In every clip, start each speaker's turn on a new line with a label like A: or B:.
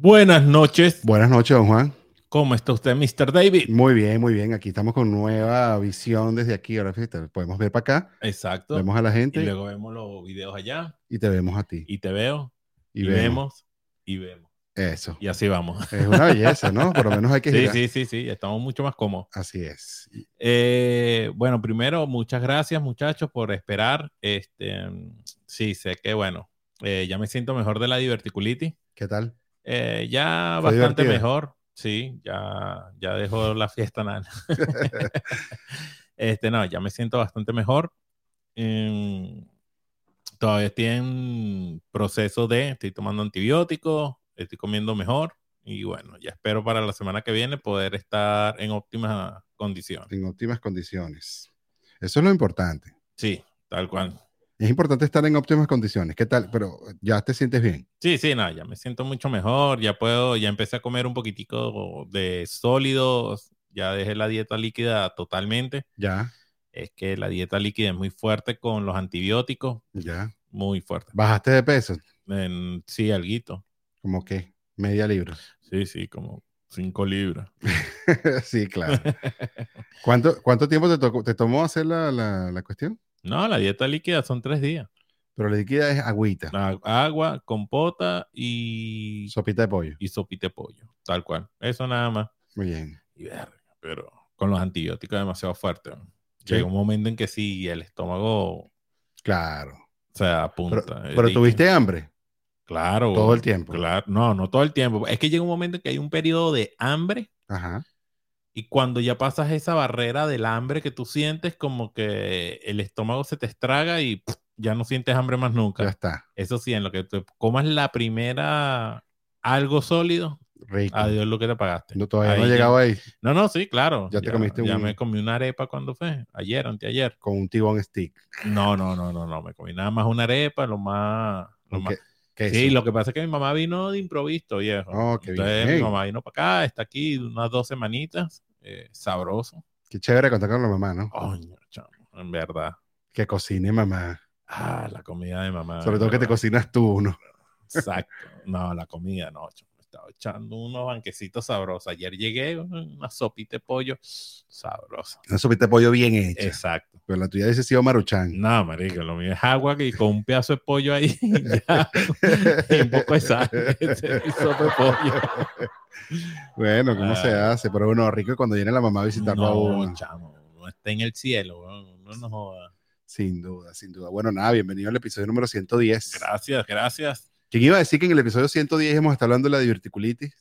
A: Buenas noches.
B: Buenas noches, don Juan.
A: ¿Cómo está usted, Mr. David?
B: Muy bien, muy bien. Aquí estamos con nueva visión desde aquí. Ahora fíjate, podemos ver para acá,
A: Exacto.
B: vemos a la
A: y
B: gente y,
A: luego vemos los videos allá
B: te vemos a ti.
A: y te veo y, vemos. y vemos.
B: Eso.
A: Y así vamos.
B: Es una belleza, ¿no? Por lo menos hay que
A: Sí,
B: girar.
A: sí, sí, sí, estamos mucho más cómodos.
B: Así es. Y-
A: Eh, bueno, primero, muchas gracias muchachos por esperar. Este, sí, sé que bueno, eh, ya me siento mejor de la diverticulitis.
B: ¿Qué tal?
A: Eh, ya
B: Fue
A: bastante
B: divertida.
A: mejor, sí, ya, ya dejó la fiesta, nana. este, no, ya me siento bastante mejor. Em, todavía estoy en proceso de, estoy tomando antibióticos, estoy comiendo mejor y bueno, ya espero para la semana que viene poder estar en óptimas condiciones.
B: En óptimas condiciones. Eso es lo importante.
A: Sí, tal cual.
B: Es importante estar en óptimas condiciones. ¿Qué tal? Pero ya te sientes bien.
A: Sí, sí, no, ya me siento mucho mejor, ya puedo, ya empecé a comer un poquitico de sólidos, ya dejé la dieta líquida totalmente.
B: Ya,
A: Es que la dieta líquida es muy fuerte con los antibióticos,
B: ya.
A: muy fuerte.
B: Bajaste de peso,
A: En, sí, alguito.
B: como que media libra.
A: Sí, sí, como 5 libras.
B: sí, claro. ¿Cuánto, cuánto tiempo te, tocó- te tomó hacer la, la- la cuestión?
A: No, la dieta líquida son tres días.
B: Pero la líquida es agüita,
A: La agua, compota y,
B: sopita de pollo.
A: y sopita de pollo, tal cual. Eso nada más.
B: Muy bien.
A: Y verga, pero con los antibióticos es demasiado fuerte. ¿no?
B: Sí.
A: Llega un momento en que sí, el estómago
B: Claro.
A: se
B: Pero,
A: apunta. eh,
B: pero
A: di-
B: tuviste hambre.
A: Claro.
B: todo el tiempo.
A: Claro, no, no todo el tiempo. Es que llega un momento en que hay un periodo de hambre
B: Ajá.
A: Y cuando ya pasas esa barrera del hambre que tú sientes, como que el estómago se te estraga y pff, ya no sientes hambre más nunca.
B: Ya está.
A: Eso sí, en lo que te comas la primera algo sólido,
B: Rico.
A: adiós lo que te pagaste.
B: No, todavía no he
A: Ahí ya-
B: llegado ahí
A: No, no, sí, claro.
B: Ya te comiste
A: Ya
B: un-
A: me comí una arepa cuando fue, ayer, anteayer.
B: con un tibón stick.
A: No, no, no, no, no, me comí nada más una arepa, lo más... Lo
B: Con
A: más...
B: que- queso.
A: Sí, lo que pasa es que mi mamá vino de improviso, viejo.
B: Oh, qué
A: Entonces mi
B: bien.
A: mamá vino para acá, está aquí unas dos semanitas, eh, sabroso.
B: Qué chévere contar con la mamá, ¿no?
A: Coño, chamo, en verdad.
B: Que cocine mamá.
A: Ah, la comida de mamá.
B: Sobre
A: en
B: todo que te
A: verdad.
B: cocinas tú, ¿no?
A: Exacto. No, la comida, no, chamo. Me estaba echando unos banquecitos sabrosos. Ayer llegué, una sopita de pollo sabrosa.
B: Una sopita de pollo bien hecha.
A: Exacto.
B: Pero la tuya dice sido maruchan.
A: No, marico, lo mío es agua que con un pedazo de pollo ahí y ya. y un poco de sal. Ese es mi sopa de pollo.
B: Bueno, ¿cómo
A: Ah.
B: se hace? Pero bueno, rico cuando viene la mamá a visitarlo a
A: No,
B: uno.
A: chamo. No está en el cielo, weón. No nos joda.
B: Sin duda, sin duda. Bueno, nada, bienvenido al episodio número 110.
A: Gracias, gracias.
B: ¿Quién iba a decir que en el episodio 110 hemos estado hablando de la diverticulitis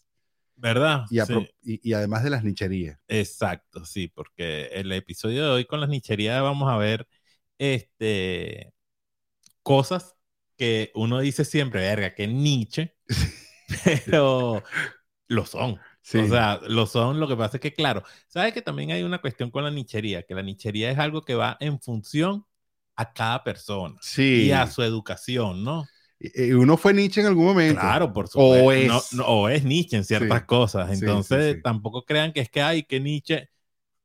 A: ¿Verdad?
B: y, a
A: Sí.
B: pro- y- y además de las nicherías?
A: Exacto, sí, porque el episodio de hoy con las nicherías vamos a ver este cosas que uno dice siempre, verga, que niche, pero lo son.
B: Sí.
A: O sea, lo son, lo que pasa es que, claro, sabes que también hay una cuestión con la nichería, que la nichería es algo que va en función a cada persona
B: sí.
A: y a su educación, ¿no?
B: Y- y uno fue Nietzsche en algún momento.
A: Claro, por
B: O
A: supuesto.
B: es-
A: No, no, o es Nietzsche en ciertas
B: Sí,
A: cosas.
B: sí, sí,
A: Entonces,
B: sí.
A: tampoco crean que es que hay que Nietzsche,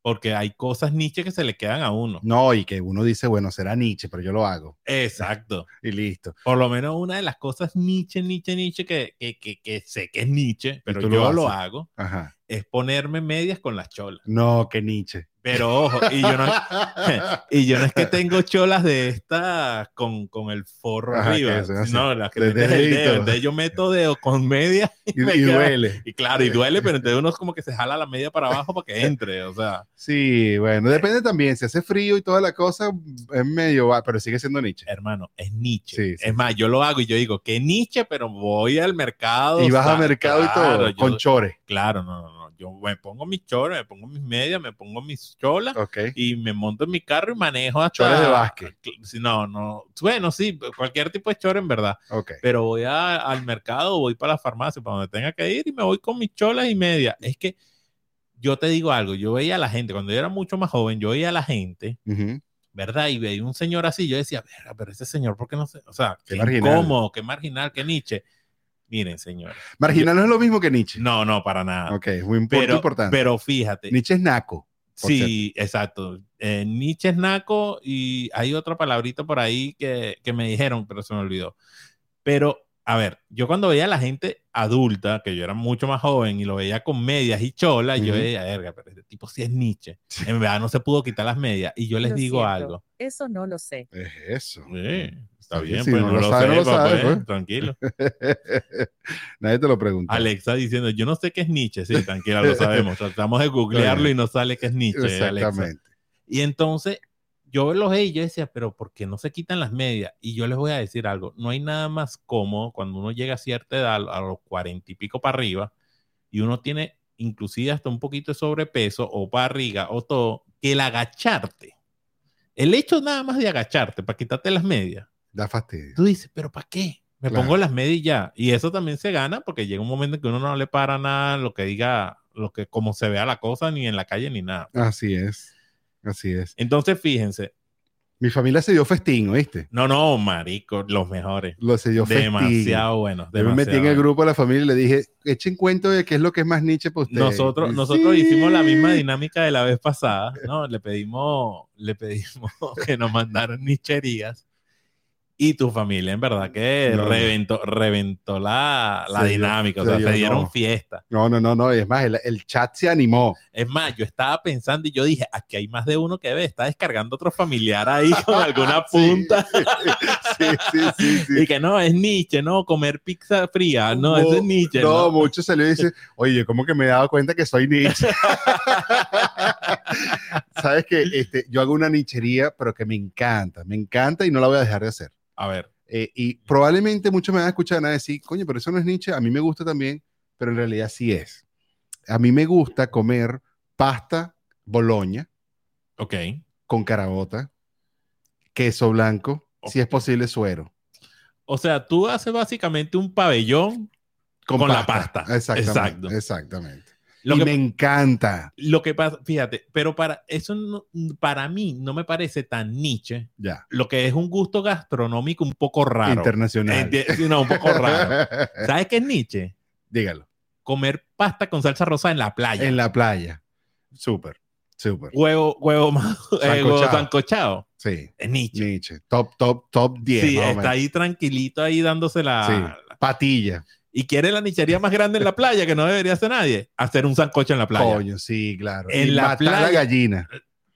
A: porque hay cosas Nietzsche que se le quedan a uno.
B: No, y que uno dice, bueno, será Nietzsche, pero yo lo hago.
A: Exacto.
B: Y listo.
A: Por lo menos una de las cosas Nietzsche, Nietzsche, Nietzsche, que, que, que, que sé que es Nietzsche, pero
B: tú
A: yo
B: lo
A: lo,
B: haces.
A: hago,
B: Ajá.
A: es ponerme medias con las cholas.
B: No, que Nietzsche.
A: Pero ojo, y yo no, y yo no es que tengo cholas de estas con, con el forro
B: Ajá,
A: arriba.
B: que eso, así.
A: No, las que
B: De
A: metes el dedo.
B: dedito.
A: Entonces yo meto dedo con medias
B: y,
A: me
B: y
A: queda-
B: duele.
A: Y claro, y duele, pero entonces uno es como que se jala la media para abajo para que entre, o sea,
B: Sí, bueno, depende también. Si hace frío y toda la cosa, es medio, va- pero sigue siendo Nietzsche.
A: hermano, es Nietzsche.
B: Sí, sí.
A: es más, yo lo hago y yo digo, que Nietzsche, pero voy al mercado.
B: Y vas
A: o sea,
B: al mercado y todo,
A: claro, yo-
B: con chores.
A: claro, no, no, no, yo me pongo mis chores, me pongo mis medias, me pongo mis cholas
B: Ok.
A: y me monto en mi carro y manejo hasta...
B: Chores de básquet.
A: Sí, No, no, bueno, sí, cualquier tipo de chores en verdad,
B: Ok.
A: pero voy a- al mercado, voy para la farmacia, para donde tenga que ir y me voy con mis cholas y media. Es que yo te digo algo, yo veía a la gente, cuando yo era mucho más joven, yo veía a la gente,
B: Ujú.
A: ¿verdad? Y veía un señor así, yo decía, verga, pero ese señor, ¿por qué no se? O sea,
B: Qué
A: qué,
B: marginal.
A: incómodo, qué marginal, qué Nietzsche. Miren, señor.
B: Marginal no es lo mismo que Nietzsche.
A: No, no, para nada.
B: Ok, es muy impo-
A: pero,
B: importante.
A: pero fíjate,
B: Nietzsche es naco. por
A: sí, exacto. Eh, Nietzsche es naco y hay otra palabrita por ahí que, que me dijeron, pero se me olvidó. Pero a ver, yo cuando veía a la gente adulta, que yo era mucho más joven y lo veía con medias y cholas, yo
B: Ujú.
A: veía, verga, pero este tipo sí es Nietzsche. En verdad no se pudo quitar las medias. Y yo les
C: Lo
A: digo
C: siento.
A: algo.
C: Eso no lo sé.
B: Es eso.
A: Eh, está
B: Sí,
A: bien,
B: sí,
A: pues
B: no
A: no,
B: lo
A: lo,
B: sabe, no lo
A: sepa,
B: sabe,
A: pues,
B: pues.
A: tranquilo.
B: Nadie te lo pregunta.
A: Alexa diciendo, yo no sé qué es Nietzsche, sí, tranquila, lo sabemos. Tratamos de googlearlo y no sale qué es Nietzsche, eh, Alexa.
B: Exactamente.
A: Y entonces yo los veía y yo decía, pero ¿por qué no se quitan las medias? Y yo les voy a decir algo, no hay nada más cómodo cuando uno llega a cierta edad, a los cuarenta y pico para arriba, y uno tiene inclusive hasta un poquito de sobrepeso o barriga o todo, que el agacharte. El hecho nada más de agacharte para quitarte las medias.
B: Da fastidio.
A: Tú dices, pero ¿para qué? Me
B: Claro.
A: pongo las medias y ya. Y eso también se gana porque llega un momento en que uno no le para nada lo que diga, lo que como se vea la cosa, ni en la calle ni nada.
B: Así es. Así es.
A: Entonces, fíjense,
B: Mi familia se dio festín, ¿oíste?
A: No, no, marico, los mejores.
B: Lo se dio festín.
A: Demasiado buenos.
B: Yo me
A: demasiado
B: metí en el
A: buenos.
B: grupo de la familia y le dije, echen cuento de qué es lo que es más Nietzsche para ustedes.
A: Nosotros,
B: Y,
A: nosotros
B: "Sí".
A: hicimos la misma dinámica de la vez pasada, ¿no? Le pedimos, le pedimos que nos mandaran nicherías. Y tu familia, en verdad, que
B: No, no.
A: reventó, reventó la, la
B: Se dio-
A: dinámica.
B: se
A: o sea,
B: dio,
A: se dieron
B: no.
A: fiesta.
B: No, no, no, no. Es más, el, el chat se animó.
A: Es más, yo estaba pensando y yo dije, aquí hay más de uno que debe estar descargando otro familiar ahí con alguna
B: Sí,
A: punta.
B: Sí, sí, sí, sí.
A: Y que no, es Nietzsche, no, comer pizza fría, no,
B: Mo-
A: eso es Nietzsche.
B: No,
A: ¿no?
B: mucho salió y dice, oye, ¿cómo que me he dado cuenta que soy Nietzsche? Sabes que este, yo hago una nichería, pero que me encanta, me encanta y no la voy a dejar de hacer.
A: A ver,
B: Eh, y probablemente muchos me van a escuchar y van a decir, coño, pero eso no es Nietzsche, a mí me gusta también, pero en realidad sí es. A mí me gusta comer pasta boloña
A: ok.
B: con carabota, queso blanco, si es posible suero.
A: O sea, tú haces básicamente un pabellón. Con la pasta.
B: Exactamente.
A: Exacto.
B: Exactamente.
A: Lo
B: y
A: que,
B: me encanta.
A: lo que pasa, fíjate, pero para eso no- para mí no me parece tan niche.
B: Ya.
A: Lo que es un gusto gastronómico un poco raro.
B: Internacional.
A: Enti- sí, No, un poco raro. ¿Sabes qué es niche?
B: Dígalo.
A: Comer pasta con salsa rosa en la playa.
B: En la playa. Súper, súper.
A: Huevo, huevo, ma- eh, huevo
B: Sancochado.
A: sancochado.
B: Sí.
A: Es niche.
B: Nietzsche. Top, top, top 10.
A: sí,
B: más o
A: está
B: menos.
A: ahí tranquilito ahí dándose la,
B: Sí. Patilla.
A: Y quiere la nichería más grande en la playa, que no debería hacer nadie. Hacer un sancocho en la playa.
B: Coño, sí, claro.
A: En
B: y
A: la
B: matar a la
A: playa. Eh,
B: gallina.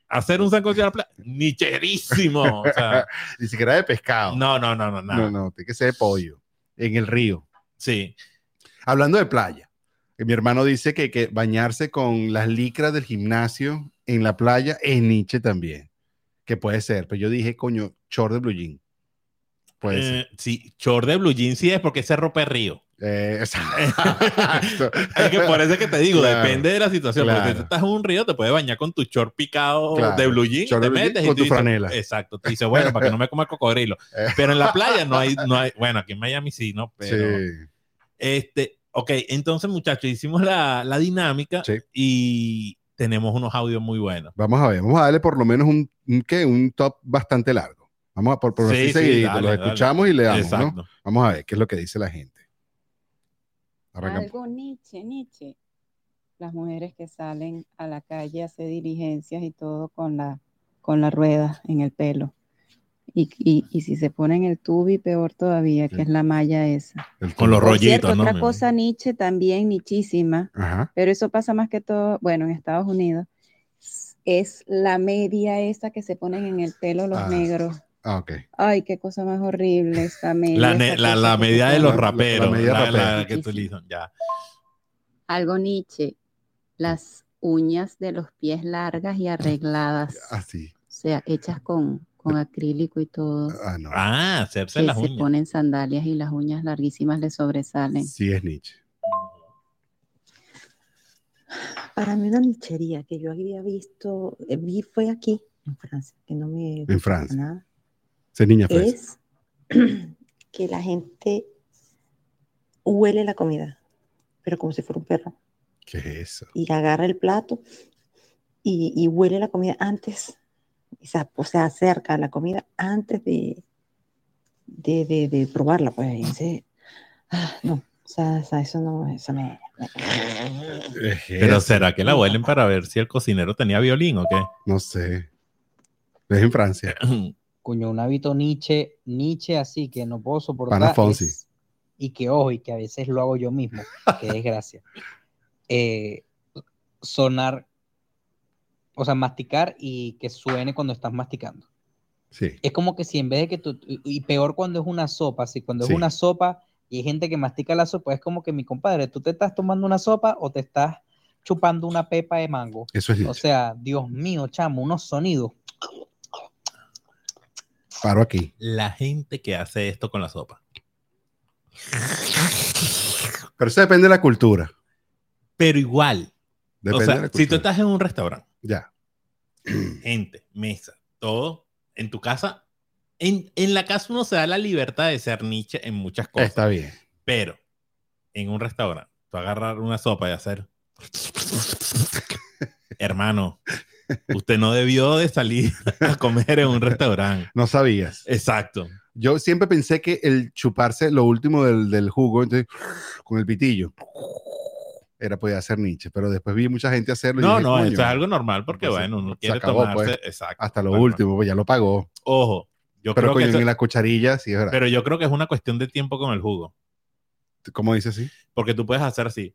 A: Hacer un sancocho en la playa. Nicherísimo. O sea,
B: Ni siquiera de pescado.
A: No, no, no, no, nada.
B: no, no, tiene que ser de pollo. En el río.
A: Sí.
B: Hablando de playa. que Mi hermano dice que, que bañarse con las licras del gimnasio en la playa es Nietzsche también. Que puede ser. Pero yo dije, coño, short de blue jean. Puede ser.
A: Eh, sí, short de blue jean sí es porque ese ropa es río.
B: Eh, exacto.
A: Es que por eso es que te digo,
B: Claro,
A: depende de la situación. Porque
B: claro.
A: si tú estás en un río, te puedes bañar con tu short picado
B: Claro,
A: de blue jean,
B: short
A: te
B: de blue jean
A: metes y
B: con
A: tú
B: tu
A: dices-
B: franela.
A: Exacto. Tú dices, bueno, para que no me coma el cocodrilo. Pero en la playa no hay, no hay, bueno, aquí en Miami sí, ¿no? Pero,
B: Sí.
A: este, ok, entonces muchachos, hicimos la, la dinámica
B: Sí.
A: y tenemos unos audios muy buenos.
B: Vamos a ver, vamos a darle por lo menos un, un, ¿qué? un top bastante largo. Vamos a por, por
A: Sí,
B: así
A: sí,
B: seguidito,
A: dale,
B: los
A: dale.
B: escuchamos y le damos, ¿no?
A: Exacto.
B: Vamos a ver qué es lo que dice la gente. Arranca-
D: Algo Nietzsche, Nietzsche. Las mujeres que salen a la calle a hacer diligencias y todo con la, con la rueda en el pelo. Y, y, y si se ponen el tubi, peor todavía,
B: Sí.
D: que es la malla esa.
B: el
A: Con los
B: tema.
A: rollitos,
D: Por cierto,
A: ¿no?
D: otra
A: Me
D: cosa Nietzsche también, nichísima,
B: Ajá.
D: pero eso pasa más que todo, bueno, en Estados Unidos, es la media esa que se ponen en el pelo los
B: Ah.
D: negros.
B: Ah, ok.
D: Ay, qué cosa más horrible esta media.
A: La, ne-
D: esa
A: la,
D: cosa
A: la
D: que se
A: medida de los
D: pone.
A: raperos.
B: La
A: La,
B: medida
A: la
B: rapera.
A: que utilizan, ya.
D: Algo Nietzsche, las uñas de los pies largas y arregladas, o
B: Así.
D: sea, hechas con, con acrílico y todo,
B: Ah, no.
A: Ah, hacerse
D: que
A: las
D: se
A: uñas.
D: ponen sandalias y las uñas larguísimas le sobresalen.
B: Sí es Nietzsche.
E: Para mí una nichería que yo había visto, eh, vi fue aquí, en Francia, que no me
B: En
E: gusta
B: Francia.
E: nada,
B: Esa es niña fresa.
E: es que la gente huele la comida, pero como si fuera un perro,
B: ¿Qué es eso?
E: y agarra el plato y, y huele la comida antes, o sea, o sea, acerca a la comida antes de, de, de- de probarla, pues, y dice, "Ah, no, o sea, o sea, eso no, eso me... me-
B: ¿Qué es
A: Pero
B: eso?
A: ¿será que la huelen para ver si el cocinero tenía violín o qué?
B: No sé. Es en Francia.
F: Coño, un hábito Nietzsche, Nietzsche así que no puedo soportar.
B: Fonsi.
F: es
C: y que ojo, y que a veces lo hago yo mismo, qué desgracia. Eh, sonar, o sea, masticar y que suene cuando estás masticando.
B: Sí.
C: Es como que si en vez de que tú, y y peor cuando es una sopa, si cuando
B: Sí.
C: es una sopa y hay gente que mastica la sopa, es como que mi compadre, tú te estás tomando una sopa o te estás chupando una pepa de mango.
B: Eso es
C: O
B: Nietzsche.
C: sea, Dios mío, chamo, unos sonidos.
B: Paro aquí.
A: La gente que hace esto con la sopa.
B: Pero eso depende de la cultura.
A: Pero igual,
B: Depende
A: o sea,
B: de la
A: si tú
B: cultura.
A: estás en un restaurante,
B: Ya.
A: gente, mesa, todo, en tu casa, en, en la casa uno se da la libertad de ser Nietzsche en muchas cosas.
B: Está bien.
A: Pero en un restaurante, tú agarrar una sopa y hacer. Hermano, usted no debió de salir a comer en un restaurante.
B: No sabías.
A: Exacto.
B: Yo siempre pensé que el chuparse lo último del, del jugo, entonces, con el pitillo, era podía hacer Nietzsche, pero después vi mucha gente hacerlo. y
A: No,
B: dije,
A: no,
B: coño,
A: eso es algo normal porque,
B: Entonces,
A: bueno, uno
B: se
A: quiere
B: acabó,
A: tomarse.
B: pues,
A: exacto.
B: Hasta lo
A: Bueno,
B: último, pues ya lo pagó.
A: Ojo, yo creo
B: Pero
A: que
B: coño,
A: eso-
B: en la cucharilla, sí, es verdad.
A: pero yo creo que es una cuestión de tiempo con el jugo.
B: ¿Cómo dice así?
A: Porque tú puedes hacer así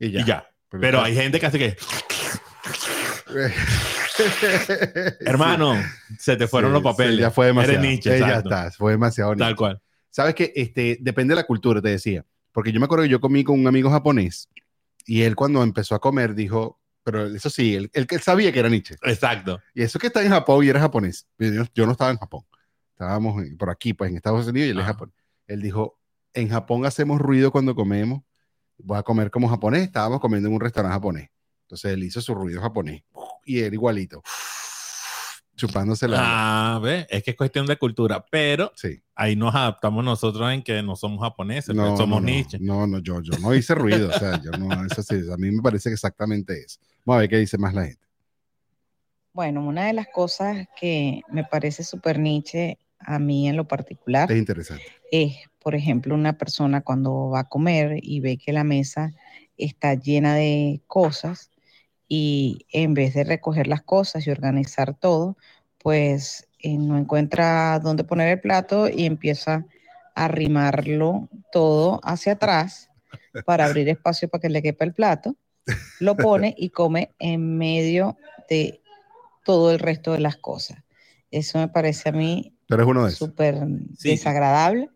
B: Y ya.
A: y
B: pues,
A: ya. Pero hay gente que hace que, hermano, se te fueron
B: Sí,
A: los
B: sí,
A: papeles.
B: ya fue demasiado.
A: Eres Nietzsche,
B: Eh, ya
A: exacto.
B: está, fue demasiado. Nietzsche.
A: Tal cual.
B: Sabes que este, depende de la cultura, te decía. Porque yo me acuerdo que yo comí con un amigo japonés y él cuando empezó a comer dijo, pero eso sí, él, él, él sabía que era Nietzsche.
A: Exacto.
B: Y eso que está en Japón y era japonés. Yo, no- yo no estaba en Japón. Estábamos en- por aquí, pues en Estados Unidos y él es
A: Ajá.
B: japonés. Él dijo, en Japón hacemos ruido cuando comemos. Voy a comer como japonés. Estábamos comiendo en un restaurante japonés. Entonces él hizo su ruido japonés. Y era igualito. Chupándose la...
A: Ah, ve, es que es cuestión de cultura. Pero
B: Sí.
A: ahí nos adaptamos nosotros en que no somos japoneses, pues, somos
B: no,
A: Nietzsche.
B: No, no, yo, yo no hice ruido. o sea, yo no, eso sí, a mí me parece que exactamente eso. Vamos a ver qué dice más la gente.
E: Bueno, una de las cosas que me parece súper niche a mí en lo particular
B: Es interesante.
E: es, por ejemplo, una persona cuando va a comer y ve que la mesa está llena de cosas y en vez de recoger las cosas y organizar todo, pues eh, no encuentra dónde poner el plato y empieza a arrimarlo todo hacia atrás para abrir espacio para que le quepa el plato. Lo pone y come en medio de todo el resto de las cosas. Eso me parece a mí
B: Tú eres uno de esos.
E: súper
A: Sí.
E: desagradable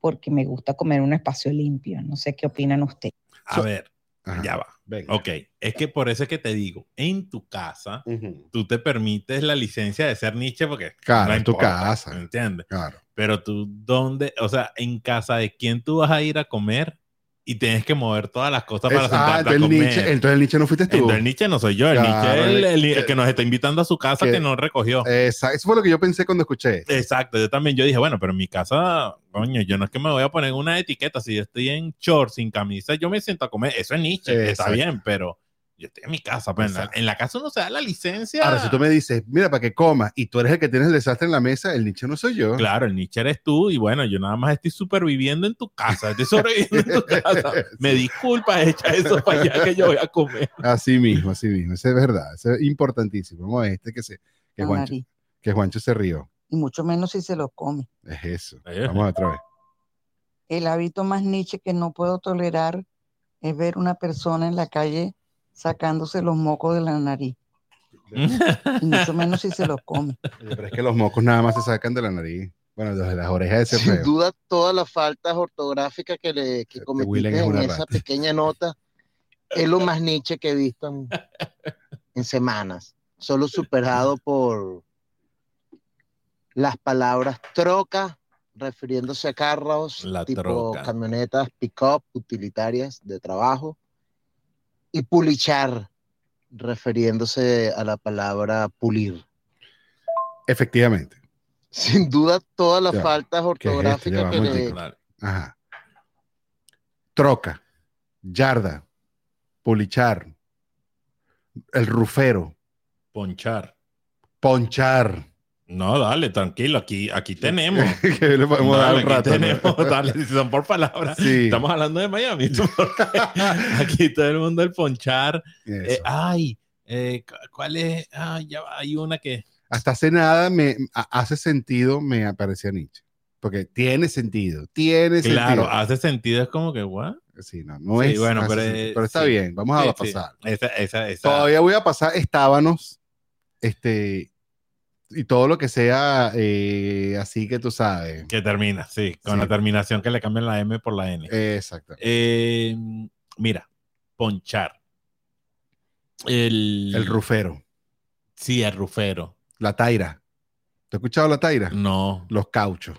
E: porque me gusta comer en un espacio limpio. No sé qué opinan ustedes.
A: A
B: So-
A: ver,
B: Ajá,
A: ya va.
B: venga.
A: Ok, es que por eso es que te digo, en tu casa,
B: Ujú,
A: tú te permites la licencia de ser Nietzsche porque
B: Claro,
A: no
B: Ah, en tu
A: importa,
B: casa.
A: ¿me ¿entiendes?
B: Claro.
A: Pero tú, ¿dónde? O sea, en casa de quién tú vas a ir a comer y tienes que mover todas las cosas para
B: Es- ah,
A: sentarte a
B: entonces el,
A: comer.
B: Nietzsche, entonces el Nietzsche no fuiste tú.
A: Entonces el Nietzsche no soy yo, el
B: Claro,
A: Nietzsche es el, el- el
B: que-
A: que nos está invitando a su casa
B: que-
A: que, no recogió.
B: Esa- eso fue lo que yo pensé cuando escuché.
A: Exacto, yo también, yo dije, bueno, pero en mi casa, coño, yo no es que me voy a poner una etiqueta, si yo estoy en short, sin camisa, yo me siento a comer, eso es Nietzsche, está
B: Exacto.
A: bien, pero yo estoy en mi casa, pues en la,
B: Exacto.
A: en la casa uno se da la licencia.
B: Ahora, si tú me dices, mira, para que comas, y tú eres el que tienes el desastre en la mesa, el Nietzsche no soy yo.
A: Claro, el Nietzsche eres tú y bueno, yo nada más estoy superviviendo en tu casa, estoy sobreviviendo en tu casa. Me disculpa, echa eso para allá que yo voy a comer.
B: Así mismo, así mismo. Eso es verdad. Eso es importantísimo. Vamos a ver este que, se, que,
F: la
B: Juancho,
F: nariz,
B: que Juancho se rió.
F: y mucho menos si se lo come.
B: Es eso.
A: Ahí es.
B: Vamos otra vez.
F: El hábito más niche que no puedo tolerar es ver una persona en la calle sacándose los mocos de la nariz, y mucho menos si se los come.
B: Pero es que los mocos nada más se sacan de la nariz. Bueno, de las orejas de ese
G: Sin
B: feo.
G: duda, todas las faltas ortográficas que, le, que
B: Te
G: cometiste
B: huelen es
G: en
B: una
G: esa
B: rata.
G: pequeña nota es lo más niche que he visto en, en semanas. Solo superado por las palabras troca, refiriéndose a carros,
A: La
G: tipo
A: troca.
G: camionetas, pick-up, utilitarias de trabajo, y pulichar, refiriéndose a la palabra pulir.
B: Efectivamente.
G: Sin duda, todas las
B: Ya,
G: faltas
B: ¿qué es esto? Ya va,
G: ortográficas que
B: un
G: le,
B: momentico. Ajá. Troca, yarda, polichar, el rufero,
A: Ponchar.
B: ponchar.
A: No, dale, tranquilo, aquí, aquí tenemos.
B: que le podemos dar
A: Dale,
B: un
A: aquí
B: rato. ¿no?
A: tenemos, dale, si son por palabras.
B: Sí.
A: Estamos hablando de Miami. ¿tú por qué? aquí todo el mundo el ponchar.
B: Eso.
A: Eh, ay, eh, cu- ¿cuál es? Ay, ya va, hay una que.
B: Hasta hace nada me a- hace sentido, me aparecía Nietzsche. Porque tiene sentido, tiene
A: Claro,
B: sentido.
A: hace sentido, es como que, ¿what?
B: Sí, no, no
A: Sí,
B: es.
A: bueno,
B: hace
A: pero,
B: sentido,
A: eh,
B: pero está
A: sí.
B: bien, vamos a
A: Sí, sí.
B: pasar.
A: Esa, esa, esa.
B: Todavía voy a pasar estábanos, este, y todo lo que sea eh, así que tú sabes.
A: Que termina, sí, con
B: Sí.
A: la terminación que le cambian la M por la N.
B: Exacto.
A: Eh, mira, ponchar. El,
B: El rufero,
A: Sí, el rufero.
B: la taira. ¿Te has escuchado la taira?
A: No.
B: Los cauchos.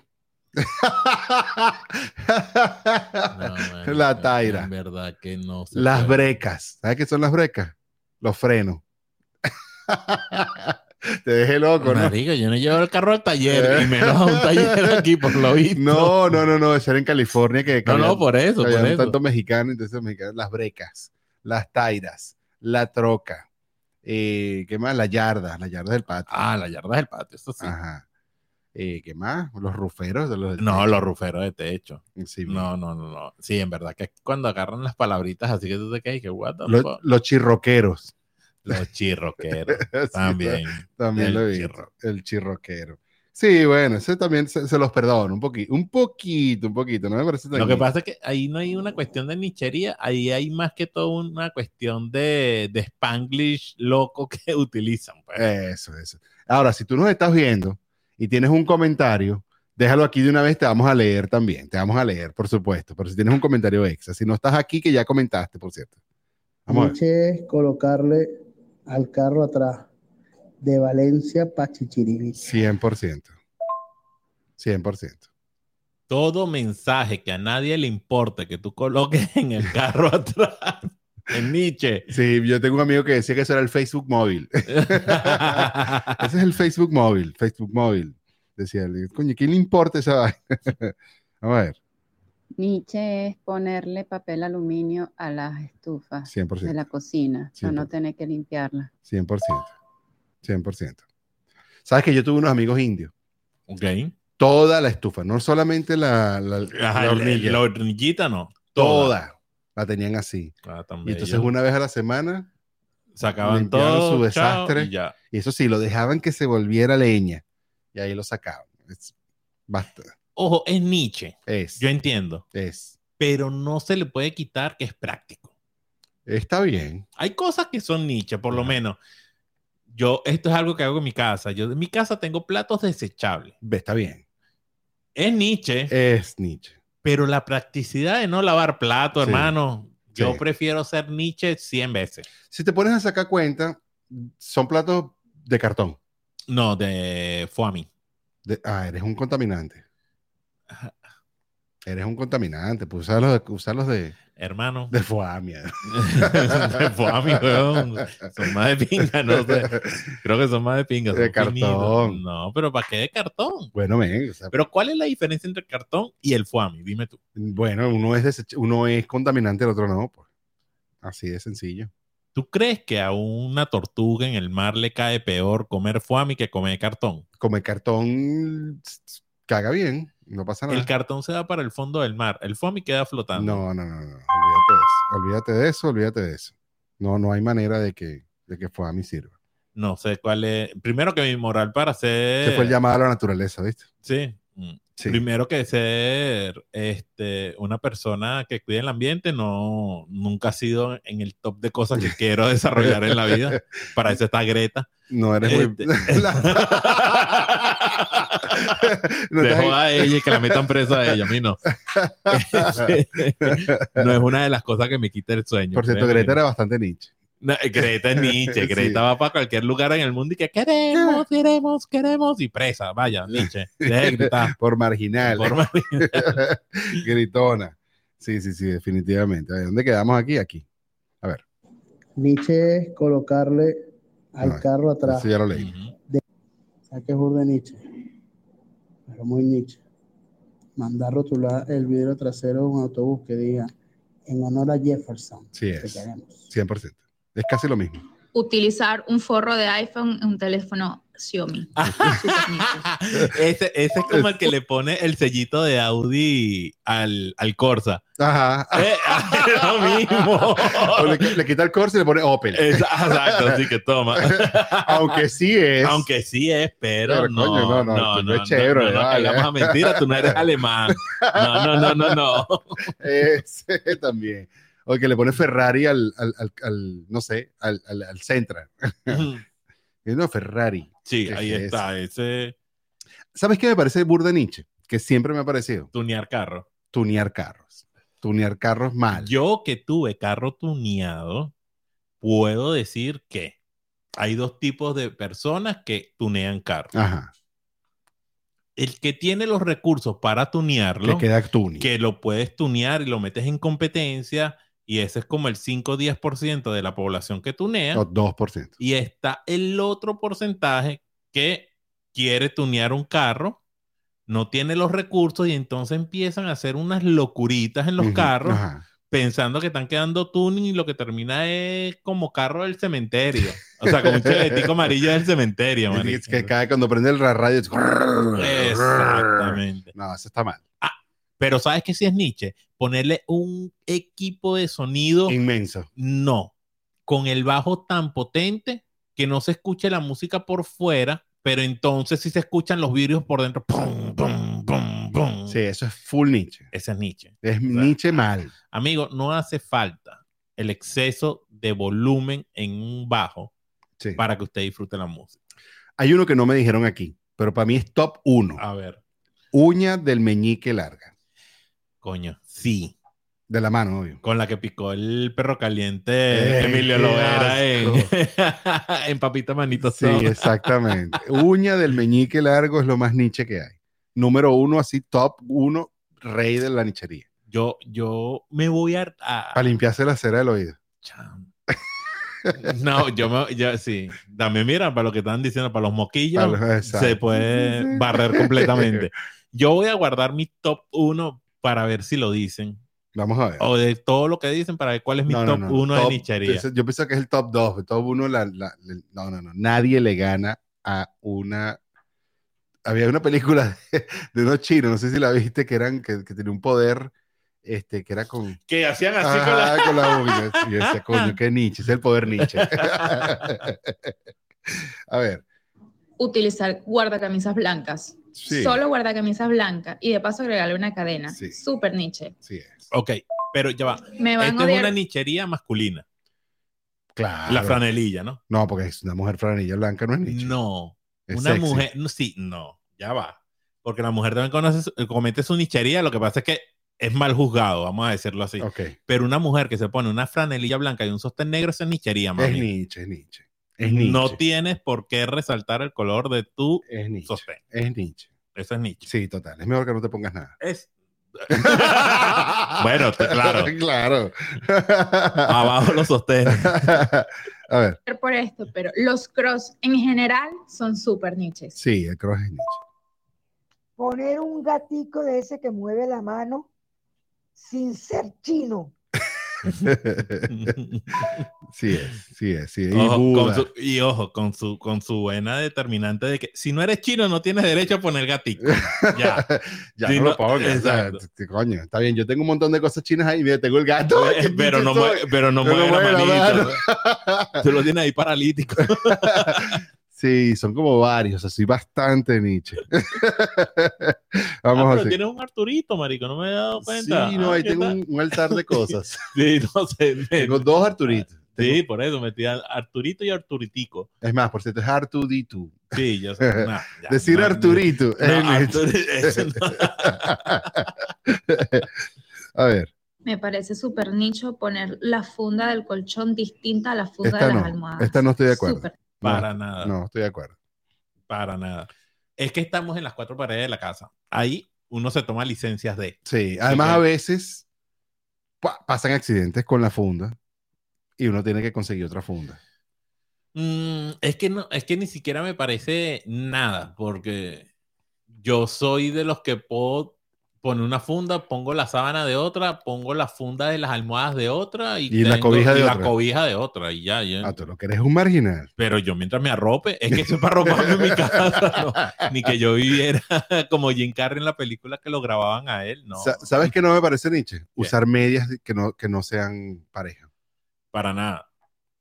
A: no, bueno,
B: La
A: en-
B: taira.
A: En verdad que no. se
B: las
A: puede.
B: brecas. ¿Sabes qué son las brecas? Los frenos. Te dejé loco, ¿no?
A: Marico, yo no llevo el carro al taller y menos a un taller aquí, por lo visto.
B: No, no, no, no, eso era en California que
A: No, no, por eso, por
B: había
A: eso.
B: tanto mexicano, entonces los mexicanos, las brecas, las tairas, la troca, eh, ¿qué más? Las yardas, las yardas del patio.
A: Ah, la yarda del patio, eso sí.
B: Ajá. Eh, ¿Qué más? Los ruferos. de Los eh,
A: No, los ruferos de techo.
B: Sí,
A: No, no, no, no. Sí, en verdad que es cuando agarran las palabritas, así que tú te quedas y que, what the
B: Los,
A: fuck?
B: los chirroqueros.
A: Los chirroqueros
B: Sí,
A: también.
B: También
A: El
B: lo vi.
A: chirro.
B: El chirroquero. Sí, bueno, ese también se, se los perdono un poquito, un poquito, un poquito, no me parece tan
A: Lo que pasa es que ahí no hay una cuestión de nichería, ahí hay más que todo una cuestión de, de spanglish loco que utilizan. pues.
B: Eso, eso. Ahora, si tú nos estás viendo y tienes un comentario, déjalo aquí de una vez, te vamos a leer también, te vamos a leer, por supuesto, pero si tienes un comentario extra, si no estás aquí, que ya comentaste, por cierto. Vamos a ver.
H: Nietzsche es colocarle al carro atrás de Valencia para Chichiriviche.
B: 100%. 100%.
A: Todo mensaje que a nadie le importe que tú coloques en el carro atrás, en Nietzsche.
B: Sí, yo tengo un amigo que decía que eso era el Facebook móvil. Ese es el Facebook móvil, Facebook móvil. Decía, él, coño, ¿quién le importa esa vaina? Vamos a ver,
D: Nietzsche es ponerle papel aluminio a las estufas de
B: 100%.
D: la cocina
B: Sí,
D: para
B: pero-
D: no tener que limpiarlas.
B: 100%. 100%. ¿Sabes que yo tuve unos amigos indios?
A: ok.
B: Toda la estufa, no solamente la, la-
A: Ajá,
B: la
A: el-
B: hornilla,
A: la hornillita no.
B: toda. la tenían así.
A: Ah, tan
B: Y entonces
A: bello.
B: una vez a la semana,
A: sacaban
B: limpiaron
A: todo
B: su
A: chao,
B: desastre.
A: y ya.
B: y eso sí, lo dejaban que se volviera leña. Y ahí lo sacaban. Es, basta.
A: Ojo, es Nietzsche,
B: Es,
A: yo entiendo,
B: es.
A: pero no se le puede quitar que es práctico.
B: Está bien.
A: Hay cosas que son Nietzsche, por lo
B: Ajá.
A: menos. Yo, esto es algo que hago en mi casa. Yo en mi casa tengo platos desechables.
B: Ve, Está bien.
A: Es Nietzsche,
B: Es Nietzsche.
A: pero la practicidad de no lavar platos,
B: Sí.
A: hermano, yo
B: Sí.
A: prefiero ser Nietzsche 100 veces.
B: Si te pones a sacar cuenta, son platos de cartón.
A: No, de Fuami.
B: De- ah, eres un contaminante. Eres un contaminante. Pues usar los de, usar los de,
A: Hermano,
B: de foamia.
A: de Fuami, weón. Son más de pinga, no sé. Creo que son más de pinga.
B: De
A: son finitos.
B: cartón.
A: No, pero ¿para qué de cartón?
B: Bueno, men, o sea,
A: Pero ¿cuál es la diferencia entre el cartón y el Fuami? Dime tú.
B: bueno, uno es, desech- uno es contaminante, el otro no. pues. Así de sencillo.
A: ¿Tú crees que a una tortuga en el mar le cae peor comer Fuami que comer cartón?
B: Comer cartón s- s- caga bien, no pasa nada.
A: El ah. cartón se va para el fondo del mar. El Fuami queda flotando.
B: Ah. No, no, no, no, olvídate de eso. Olvídate de eso, olvídate de eso. No, no hay manera de que, de que foami sirva.
A: No sé cuál es. Primero que mi moral para
B: Se
A: ser.
B: fue el llamado a la naturaleza, ¿viste?
A: Sí. Mm.
B: Sí.
A: Primero que ser este, una persona que cuide el ambiente, no, nunca ha sido en el top de cosas que quiero desarrollar en la vida. Para eso está Greta.
B: No eres muy...
A: Este-
B: No estás
A: Dejó
B: en-
A: a ella y que la metan presa a ella, a mí no. no es una de las cosas que me quita el sueño.
B: Por cierto,
A: créeme.
B: Greta era bastante niche.
A: No, Greta es Nietzsche.
B: Sí.
A: Greta va para cualquier lugar en el mundo y que queremos, queremos, queremos. Y presa, vaya, Nietzsche. Deja de gritar.
B: Por marginal.
A: Por más-
B: Gritona. Sí, sí, sí, definitivamente. A ver, ¿Dónde quedamos aquí? Aquí.
H: Nietzsche es colocarle al
B: No,
H: carro atrás.
B: Eso ya lo leí.
A: Ujú.
H: ¿Sabes qué es burda de Nietzsche? Pero muy Nietzsche. Mandar rotular el vidrio trasero de un autobús que diga en honor a Jefferson.
B: Sí
H: Te
B: es.
H: queremos.
B: 100%. Es casi lo mismo.
I: utilizar un forro de iPhone en un teléfono Xiaomi.
A: ese, ese es como el que le pone el sellito de Audi al, al Corsa.
B: Ajá.
A: Eh,
B: ah,
A: es lo mismo.
B: O le, qui- le quita el corse y le pone Opel.
A: Es- Exacto, así que toma.
B: Aunque sí es.
A: Aunque sí es, pero,
B: Pero,
A: no,
B: coño,
A: no,
B: no, no,
A: no,
B: tú no es chévere,
A: no, no,
B: vale.
A: caigamos a mentira, tú no eres alemán. No, no, no, no, no.
B: Ese eh, también. O que le pone Ferrari al, al, al- al- no sé, al, al, al Sentra. Y No, Ferrari.
A: Sí,
B: ¿Qué
A: ahí
B: es
A: está, ese
B: ¿Sabes qué me parece burda Nietzsche? Que siempre me ha parecido.
A: tunear carro.
B: Tunear carros. Tunear carros mal.
A: Yo que tuve carro tuneado, puedo decir que hay dos tipos de personas que tunean carro.
B: Ajá.
A: El que tiene los recursos para
B: Que
A: tunearlo,
B: queda tuning.
A: que lo puedes tunear y lo metes en competencia, y ese es como el 5-10% de la población que tunea.
B: O 2%.
A: Y está el otro porcentaje que quiere tunear un carro, no tiene los recursos y entonces empiezan a hacer unas locuritas en los
B: Ujú,
A: carros
B: ajá.
A: pensando que están quedando tuning y lo que termina es como carro del cementerio. O sea, como un chevetico amarillo del cementerio,
B: Y
A: marico.
B: es que cae cuando prende el ra- radio. es-
A: Exactamente.
B: No, eso está mal.
A: Pero ¿sabes qué si es Nietzsche? Ponerle un equipo de sonido
B: Inmenso.
A: No, con el bajo tan potente que no se escuche la música por fuera, pero entonces sí se escuchan los vidrios por dentro. Pum, pum, pum, pum.
B: Sí, eso es full Nietzsche.
A: Ese es Nietzsche.
B: Es Nietzsche mal.
A: Amigo, no hace falta el exceso de volumen en un bajo
B: Sí.
A: para que usted disfrute la música.
B: Hay uno que no me dijeron aquí, pero para mí es top 1.
A: A ver,
B: Uña del meñique larga.
A: coño, sí.
B: De la mano, obvio.
A: Con la que picó el perro caliente
B: Eh,
A: Emilio
B: qué
A: Lovera en, en Papita Manito
B: Sí,
A: Soul.
B: exactamente. Uña del meñique largo es lo más niche que hay. Número uno, así top uno, rey de la nichería.
A: Yo, yo me voy a- a,
B: Para limpiarse la cera del oído.
A: Chamo. No, yo me, yo sí. También mira, para lo que están diciendo, para los moquillos,
B: Para los- exacto.
A: se puede
B: Sí, sí.
A: barrer completamente. Yo voy a guardar mi top 1 para ver si lo dicen.
B: Vamos a ver.
A: O de todo lo que dicen, para ver cuál es Oh, mi
B: No, no,
A: top
B: no.
A: 1 de
B: Top-
A: nichería.
B: ese- Yo pienso que es el top 2. El top 1, la, la- la- no, no, no. Nadie le gana a una. Había una película de, de unos chinos, no sé si la viste, que eran que, que tenía un poder, este, que era con.
A: Que hacían
B: Ajá, con la uña. Y yo decía, coño, qué Nietzsche, es el poder Nietzsche. a ver,
I: Utilizar guardacamisas blancas.
B: sí,
I: Solo guardacamisas blancas. Y de paso agregarle una cadena.
B: Sí.
I: Súper niche.
B: sí es.
A: Ok, pero ya va.
I: Me van
A: Esto
I: a
A: es
I: odiar.
A: una nichería masculina.
B: Claro.
A: La franelilla, ¿no?
B: No, porque es una mujer franilla blanca, no es Nietzsche.
A: No.
B: Es
A: una
B: sexy.
A: mujer, no, sí, no, ya va. Porque la mujer también conoce su- comete su nichería, lo que pasa es que es mal juzgado, vamos a decirlo así.
B: Ok.
A: Pero una mujer que se pone una franelilla blanca y un sostén negro, eso es nichería,
B: Es
A: mami.
B: Nietzsche, es Nietzsche. Es Nietzsche.
A: No tienes por qué resaltar el color de tu
B: es Nietzsche.
A: sostén.
B: Es Nietzsche.
A: Eso es niche.
B: Sí, total. Es mejor que no te pongas nada.
A: Es...
B: Ah.
A: bueno, te- claro. Ah,
B: claro.
A: Abajo los sostenes.
B: a ver,
I: por esto, pero los cross en general son súper niches.
B: sí, el cross es Nietzsche.
J: poner un gatico de ese que mueve la mano sin ser chino.
B: sí es, sí es, sí es. Y
A: Ojo, con
B: Buda.
A: su- y ojo, con su, con su buena determinante de que si no eres chino, no tienes derecho a poner gatito. Ya.
B: ya
A: Sí,
B: no lo
A: no,
B: pongas. o sea,
A: exacto.
B: t- coño, está bien. Yo tengo un montón de cosas chinas ahí. Mira, tengo el gato. qué
A: pero,
B: pinche
A: no
B: soy.
A: mueve, pero no
B: Pero
A: mueve la
B: mueve la
A: manito. Tú lo tienes ahí paralítico.
B: Sí, son como varios. O sea, soy bastante Nietzsche. Vamos
A: Ah,
B: a
A: pero
B: ver.
A: tienes un Arturito, marico, no me he dado cuenta.
B: Sí, no,
A: Ah,
B: ahí
A: ¿qué
B: tengo
A: tal?
B: un, un altar de cosas.
A: Sí, no sé, me- Ah,
B: tengo dos Arturitos.
A: Sí, por eso metí a Arturito y Arturitico.
B: Es más, por cierto, es Artuditu.
A: Sí, yo sé. nah, ya,
B: Decir
A: no,
B: Arturito.
A: no,
B: es Nietzsche.
A: Artur- eso no.
B: a ver,
I: Me parece súper nicho poner la funda del colchón distinta a la funda
B: esta
I: de las
B: no.
I: almohadas.
B: Esta no estoy de acuerdo.
I: Súper.
B: No,
A: Para nada,
B: No, estoy de acuerdo.
A: para nada. Es que estamos en las cuatro paredes de la casa. Ahí uno se toma licencias de.
B: Sí, además
A: Sí,
B: a
A: claro.
B: veces pa- pasan accidentes con la funda y uno tiene que conseguir otra funda.
A: Mm, es que no, es que ni siquiera me parece nada, porque yo soy de los que puedo pone una funda, pongo la sábana de otra, pongo la funda de las almohadas de otra y,
B: Y la cobija de
A: y la
B: otra.
A: cobija de otra y ya, ya.
B: Ah, tú lo que eres es un marginal.
A: Pero yo mientras me arrope, es que eso es para roparme en mi casa, no. ni que yo viviera como Jim Carrey en la película que lo grababan a él, no,
B: Sa- ¿Sabes qué no me parece Nietzsche? Usar medias que no, que no sean pareja.
A: para nada.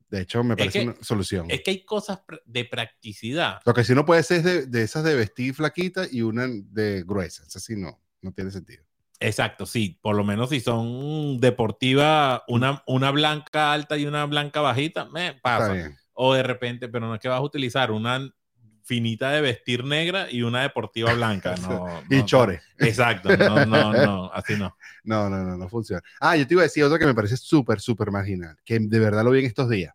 B: De hecho, me
A: Es
B: parece
A: que-
B: una solución.
A: Es que hay cosas pr- de practicidad.
B: Lo que sí no puede ser es de, de esas de vestir flaquita y una de gruesa. Esa sí no, no tiene sentido.
A: Exacto, sí, por lo menos si son deportivas, una, una blanca alta y una blanca bajita, me
B: Está
A: pasa.
B: bien.
A: o de repente, pero no es que vas a utilizar una finita de vestir negra y una deportiva blanca. No,
B: Y
A: no,
B: chores.
A: Exacto, no, no, no, así no.
B: No, no, no, no funciona. Ah, yo te iba a decir otra que me parece súper, súper marginal, que de verdad lo vi en estos días.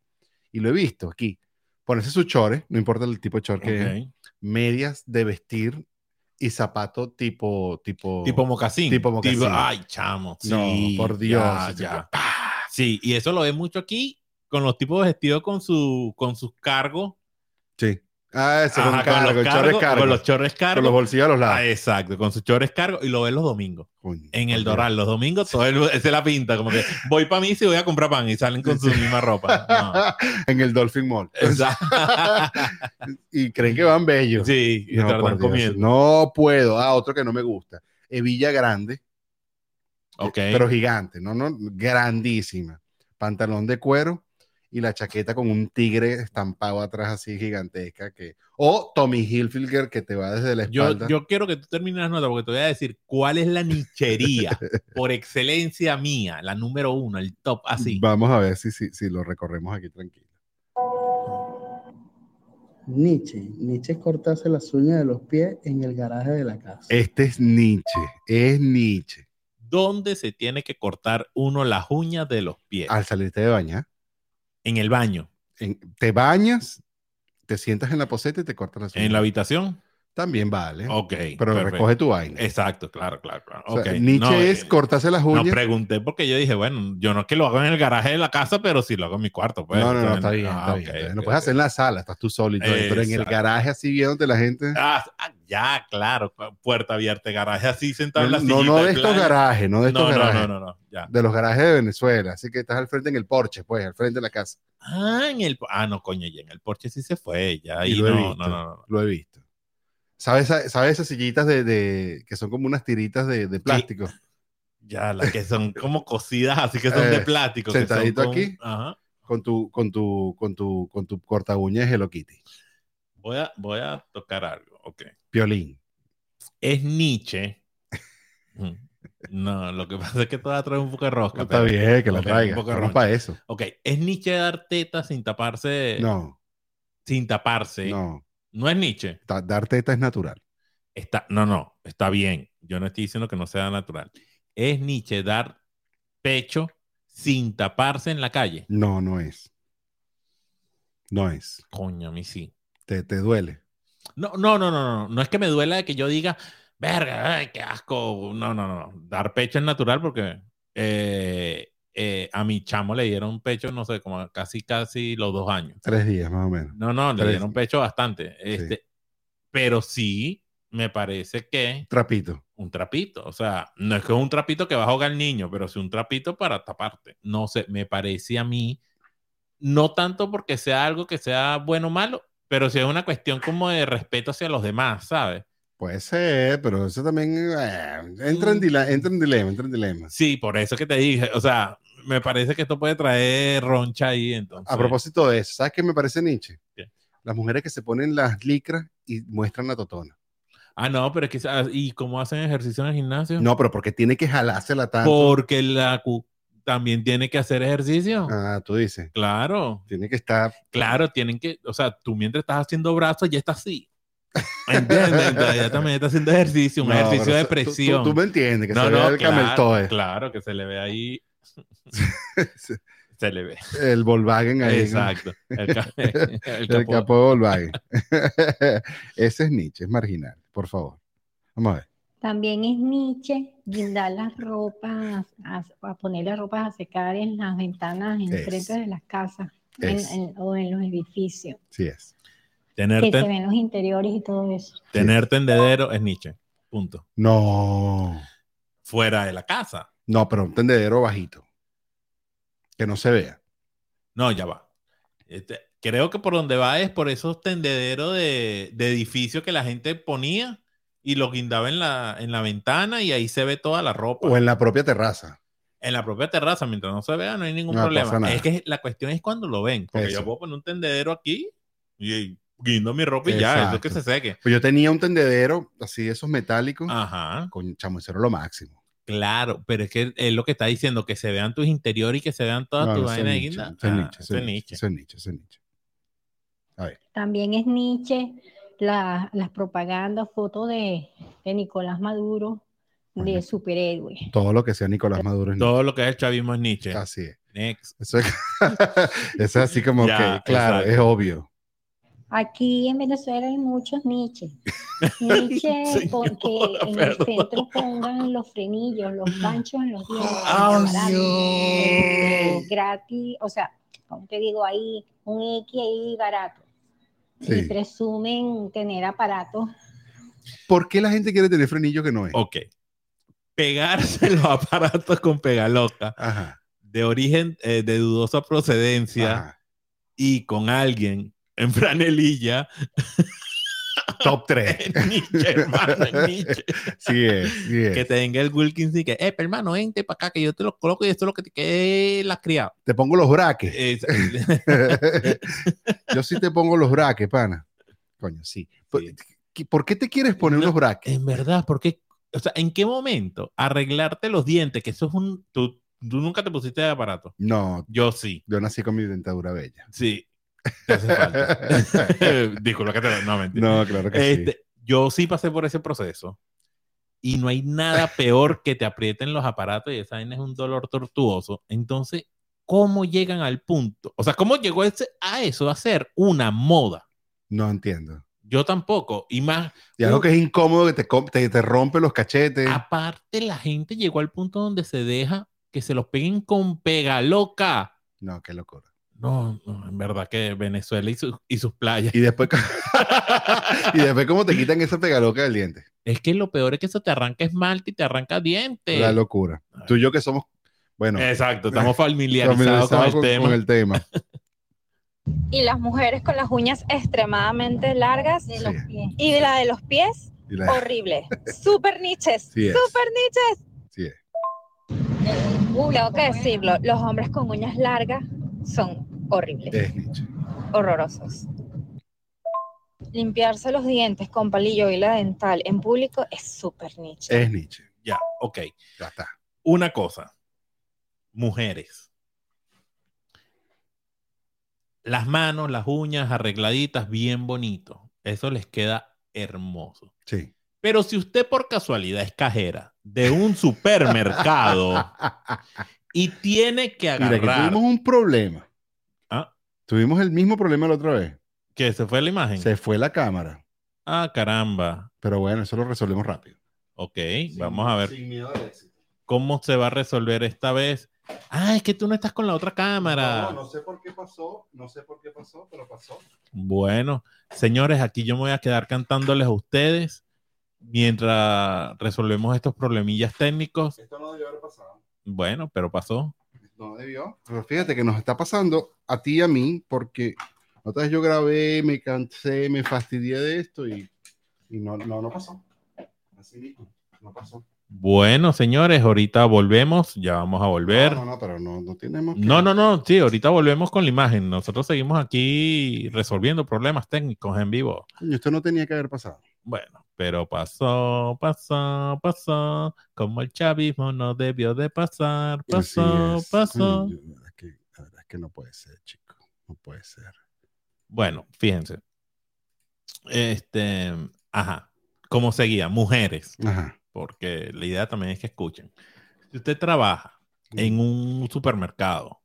B: Y lo he visto aquí. Ponerse sus chores, no importa el tipo de chor que es,
A: Ok.
B: medias de vestir y zapato tipo, tipo,
A: Tipo mocasín.
B: Tipo mocasín.
A: ay, chamo.
B: No,
A: sí,
B: por Dios,
A: ya,
B: tipo,
A: ya. Sí, y eso lo ves mucho aquí con los tipos vestidos con, su, con sus cargos.
B: Sí. Ah, eso
A: Ajá,
B: con cargo,
A: los
B: chores
A: cargos,
B: cargo.
A: Con los chores
B: Con los
A: cargos.
B: bolsillos a los lados.
A: Ah, exacto, con sus chores cargos y lo ves los domingos.
B: Coño,
A: En el
B: por Dios.
A: Doral, los domingos, todo el- esa es la pinta, como que voy para mí y voy a comprar pan y salen con su misma ropa. No.
B: en el Dolphin Mall.
A: Exacto.
B: Y creen que van bellos.
A: Sí, y
B: No, por
A: tardan
B: Dios,
A: comiendo.
B: no puedo. Ah, otro que no me gusta. Hebilla grande,
A: Ok.
B: pero gigante, no, no, grandísima. Pantalón de cuero y la chaqueta con un tigre estampado atrás así gigantesca que o Tommy Hilfiger que te va desde la espalda.
A: yo, yo quiero que tú termines la nota porque te voy a decir cuál es la nichería por excelencia mía, la número uno, el top así.
B: Vamos a ver si, si, si lo recorremos aquí tranquilo.
H: Nietzsche. Nietzsche es cortarse las uñas de los pies en el garaje de la casa.
B: Este es Nietzsche, es Nietzsche.
A: ¿Dónde se tiene que cortar uno las uñas de los pies?
B: Al salirte de bañar,
A: En el baño,
B: en- te bañas, te sientas en la poseta y te cortas las uñas.
A: en la habitación.
B: También vale.
A: Ok.
B: pero
A: perfecto.
B: recoge tu vaina.
A: Exacto, claro, claro, claro.
B: O sea,
A: Ok,
B: Nietzsche
A: no,
B: es
A: eh,
B: cortarse las
A: No
B: uñas.
A: pregunté porque yo dije, bueno, yo no es que lo hago en el garaje de la casa, pero sí lo hago en mi cuarto. pues.
B: no, no, no,
A: Entonces,
B: está bien.
A: ah,
B: está
A: ok,
B: bien, está bien.
A: ok,
B: Lo puedes
A: ok.
B: hacer en la sala, estás tú solo y todo, pero en el
A: Exacto.
B: garaje así viéndote la gente.
A: Ah, ah, ya, claro, cu- puerta abierta, garaje así sentado en la
B: no, no, no
A: sillita
B: de estos
A: playa.
B: garajes, no de estos
A: No, no,
B: garajes.
A: no, no, no, ya.
B: De los garajes de Venezuela. Así que estás al frente en el porche, pues, al frente de la casa.
A: Ah, en el, ah, no, coño, ya en el Porsche sí se fue, ya.
B: Y
A: Y
B: lo he
A: no,
B: visto.
A: no, no, no.
B: Lo he visto. ¿Sabes, sabes esas sillitas de, de- que son como unas tiritas de, de plástico?
A: Ya, las que son como cosidas, así que son
B: Eh,
A: de plástico. que son
B: sentadito
A: con-
B: aquí.
A: Ajá.
B: Con tu, con tu, con tu, con tu corta uña de Hello Kitty.
A: Voy a, voy a tocar algo, ok.
B: Piolín.
A: Es Nietzsche. Mm. No, lo que pasa es que todavía trae un poco de rosca.
B: está
A: pero-
B: bien, que la
A: ok,
B: traiga.
A: un poco de
B: Vamos
A: roncha.
B: para eso.
A: Ok, es Nietzsche dar teta sin taparse.
B: No,
A: Sin taparse. No,
B: no.
A: es Nietzsche.
B: Ta- Dar teta es natural.
A: Está, no, no, está bien. Yo no estoy diciendo que no sea natural. Es Nietzsche dar pecho sin taparse en la calle.
B: No, no es. No es.
A: Coño, a mí sí.
B: Te, te duele.
A: No, no, no, no, no. No es que me duela de que yo diga, verga, ay, qué asco. No, no, no. Dar pecho es natural porque eh, eh, a mi chamo le dieron pecho, no sé, como casi, casi los dos años.
B: Tres días más o menos.
A: No, no, le
B: Tres.
A: dieron pecho bastante. Este, Pero sí, me parece que
B: Trapito.
A: un trapito. O sea, no es que es un trapito que va a jugar el niño, pero sí un trapito para taparte. No sé, me parece a mí, no tanto porque sea algo que sea bueno o malo, pero sí es una cuestión como de respeto hacia los demás, ¿sabes?
B: Puede ser, pero eso también eh, entra, en
A: Mm.
B: dila- entra en dilema, entra en dilema.
A: Sí, por eso que te dije. O sea, me parece que esto puede traer roncha ahí, entonces.
B: A propósito de eso, ¿sabes qué me parece Nietzsche?
A: ¿Qué?
B: Las mujeres que se ponen las licras y muestran la totona.
A: Ah, no, pero es que, ah, ¿y cómo hacen ejercicio en el gimnasio?
B: No, pero porque tiene que jalársela tanto.
A: Porque la cu- también tiene que hacer ejercicio.
B: Ah, tú dices.
A: Claro,
B: Tiene que estar.
A: claro, tienen que, o sea, tú mientras estás haciendo brazos ya está así. ¿Entiendes? Entonces, ya también está haciendo ejercicio, un
B: No,
A: ejercicio
B: pero
A: de
B: eso- tú- tú-
A: presión.
B: Tú, me entiendes, que
A: no,
B: se
A: no,
B: vea el camel toe,
A: claro, claro, que se le ve ahí. se le ve.
B: el Volkswagen ahí. ¿no?
A: Exacto. El, ca- el
B: El
A: capó.
B: capó de Volkswagen. Ese es Nietzsche, es marginal, por favor. Vamos a ver.
K: También es Nietzsche guindar las ropas, a, a poner las ropas a secar en las ventanas en
B: Es.
K: frente de las casas en-
B: Es.
K: en- o en los edificios,
B: Sí es.
A: Tener,
K: que
A: ten-
K: se ven los interiores y todo eso.
A: tener tendedero es Nietzsche. Punto.
B: No.
A: fuera de la casa.
B: No, pero un tendedero bajito. Que no se vea.
A: No, ya va. Este, creo que por donde va es por esos tendederos de, de edificio que la gente ponía y lo guindaba en la, en la ventana y ahí se ve toda la ropa.
B: O en la propia terraza.
A: En la propia terraza, mientras no se vea, no hay ningún
B: No pasa
A: problema.
B: nada.
A: Es que la cuestión es cuando lo ven. Porque
B: Eso.
A: yo puedo poner un tendedero aquí y guindo mi ropa y ya, eso es que
B: Exacto.
A: se seque.
B: Pues yo tenía un tendedero así de esos metálicos.
A: Ajá.
B: Con chamo, eso era lo máximo.
A: Claro, pero es que es lo que está diciendo, que se vean tus interiores y que se vean todas
B: No,
A: tus
B: no, eso es
A: vainas de
B: Nietzsche,
A: guinda.
B: eso es
A: Ah,
B: Nietzsche,
A: eso es Nietzsche.
B: Eso es Nietzsche, eso es Nietzsche.
K: También es Nietzsche la- las propagandas, fotos de, de Nicolás Maduro, de superhéroe.
B: Todo lo que sea Nicolás Maduro es
A: Todo lo que es el chavismo es Nietzsche.
B: Así es.
A: Next.
B: Eso es, eso es así como
A: Ya,
B: que, claro,
A: exacto.
B: es obvio.
K: Aquí en Venezuela hay muchos Nietzsche. Nietzsche, porque en el centro pongan los frenillos, los ganchos en los dientes.
L: Ah,
K: barato,
L: sí.
K: Gratis, o sea, como te digo ahí, un X ahí barato. Y
B: Sí.
K: presumen tener aparatos.
B: ¿Por qué la gente quiere tener frenillo que no es?
A: Ok. Pegarse los aparatos con pegaloca de origen eh, de dudosa procedencia
B: Ah.
A: y con alguien en franelilla.
B: Top 3.
A: Nietzsche, hermano, es Nietzsche.
B: Sí es, sí es.
A: Que tenga el Wilkins y que, eh, pero hermano, vente para acá que yo te lo coloco y esto es lo que te quede la criada.
B: Te pongo los braques.
A: Es-
B: Yo sí te pongo los braques, pana. Coño, sí. ¿Por, por qué te quieres poner unos braques?
A: En verdad, porque, o sea, ¿en qué momento arreglarte los dientes? Que eso es un. Tú, tú nunca te pusiste de aparato.
B: No.
A: Yo sí.
B: Yo nací con mi dentadura bella.
A: Sí. Te hace falta. Disculpa que te No, mentira.
B: No, claro que sí.
A: Este, Yo sí pasé por ese proceso. Y no hay nada peor que te aprieten los aparatos y esa vaina es un dolor tortuoso. Entonces, ¿cómo llegan al punto? O sea, ¿cómo llegó ese- a eso a ser una moda?
B: No entiendo.
A: Yo tampoco. Y más,
B: Y algo
A: un-
B: que es incómodo, que te, com- te, te rompe los cachetes.
A: Ah. aparte, la gente llegó al punto donde se deja que se los peguen con pegaloca.
B: No, qué locura.
A: No, no, en verdad que Venezuela y, sus- y sus playas.
B: Y después, y después ¿cómo te quitan esa pegaloca del diente?
A: Es que lo peor es que eso te arranca esmalte y te arranca dientes.
B: La locura. Tú y yo que somos, bueno.
A: Exacto, estamos familiarizados Ah. con el tema.
B: con el tema.
M: y las mujeres con las uñas extremadamente largas y de la de los pies,
B: Y la-
M: horrible. Super niches,
B: Sí es.
M: super niches.
B: Sí es.
M: Tengo que decirlo, los hombres con uñas largas son horribles,
B: Es
M: horrorosos. Limpiarse los dientes con palillo y la dental en público es super niche.
B: Es Nietzsche.
A: Ya, ok.
B: Ya está.
A: Una cosa. Mujeres. Las manos, las uñas arregladitas, bien bonito. Eso les queda hermoso.
B: Sí.
A: Pero si usted por casualidad es cajera de un supermercado y tiene que
B: Mira, que
A: agarrar...
B: tuvimos un problema.
A: Ah.
B: Tuvimos el mismo problema la otra vez.
A: ¿Que se fue la imagen?
B: Se fue la cámara.
A: Ah, caramba.
B: Pero bueno, eso lo resolvemos rápido.
A: Ok, vamos a ver. ¿Cómo se va a resolver esta vez? Ah, es que tú no estás con la otra cámara.
B: sé por qué pasó, no sé por qué pasó, pero pasó.
A: Bueno, señores, aquí yo me voy a quedar cantándoles a ustedes mientras resolvemos estos problemillas técnicos.
B: Esto no debió haber pasado.
A: Bueno, pero pasó.
B: No debió. Pero fíjate que nos está pasando a ti y a mí, porque otra vez yo grabé, me cansé, me fastidié de esto y, y no, no, no pasó. Así mismo, no pasó.
A: Bueno, señores, ahorita volvemos, ya vamos a volver.
B: No, no, no, pero no, no tenemos. que-
A: No, no, no, sí, ahorita volvemos con la imagen. Nosotros seguimos aquí resolviendo problemas técnicos en vivo.
B: Coño, esto no tenía que haber pasado.
A: Bueno, pero pasó, pasó, pasó, como el chavismo no debió de pasar,
B: Así
A: pasó,
B: es.
A: pasó.
B: Coño, es que- la verdad es que no puede ser, chico. No puede ser.
A: Bueno, fíjense. Este, ajá, ¿cómo seguía? Mujeres,
B: Ajá.
A: porque la idea también es que escuchen. Si usted trabaja en un supermercado,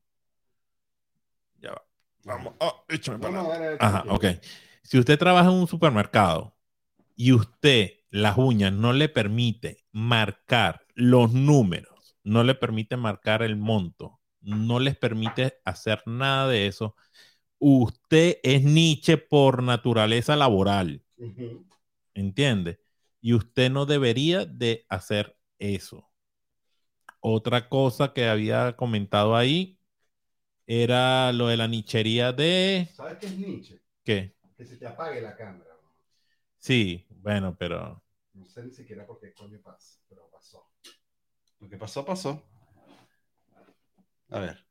A: ya va, vamos, ah, échame para
B: No, no,
A: adelante.
B: dale, dale,
A: Ajá,
B: tranquilo.
A: ok. Si usted trabaja en un supermercado y usted las uñas no le permite marcar los números, no le permite marcar el monto, no les permite hacer nada de eso, usted es Nietzsche por naturaleza laboral, ¿entiende? Y usted no debería de hacer eso. Otra cosa que había comentado ahí era lo de la nichería de...
B: ¿Sabes qué es Nietzsche?
A: ¿Qué?
B: Que se te apague la cámara.
A: Sí, bueno, pero...
B: No sé ni siquiera por qué coño pasa, pero pasó. Lo que pasó, pasó. A ver.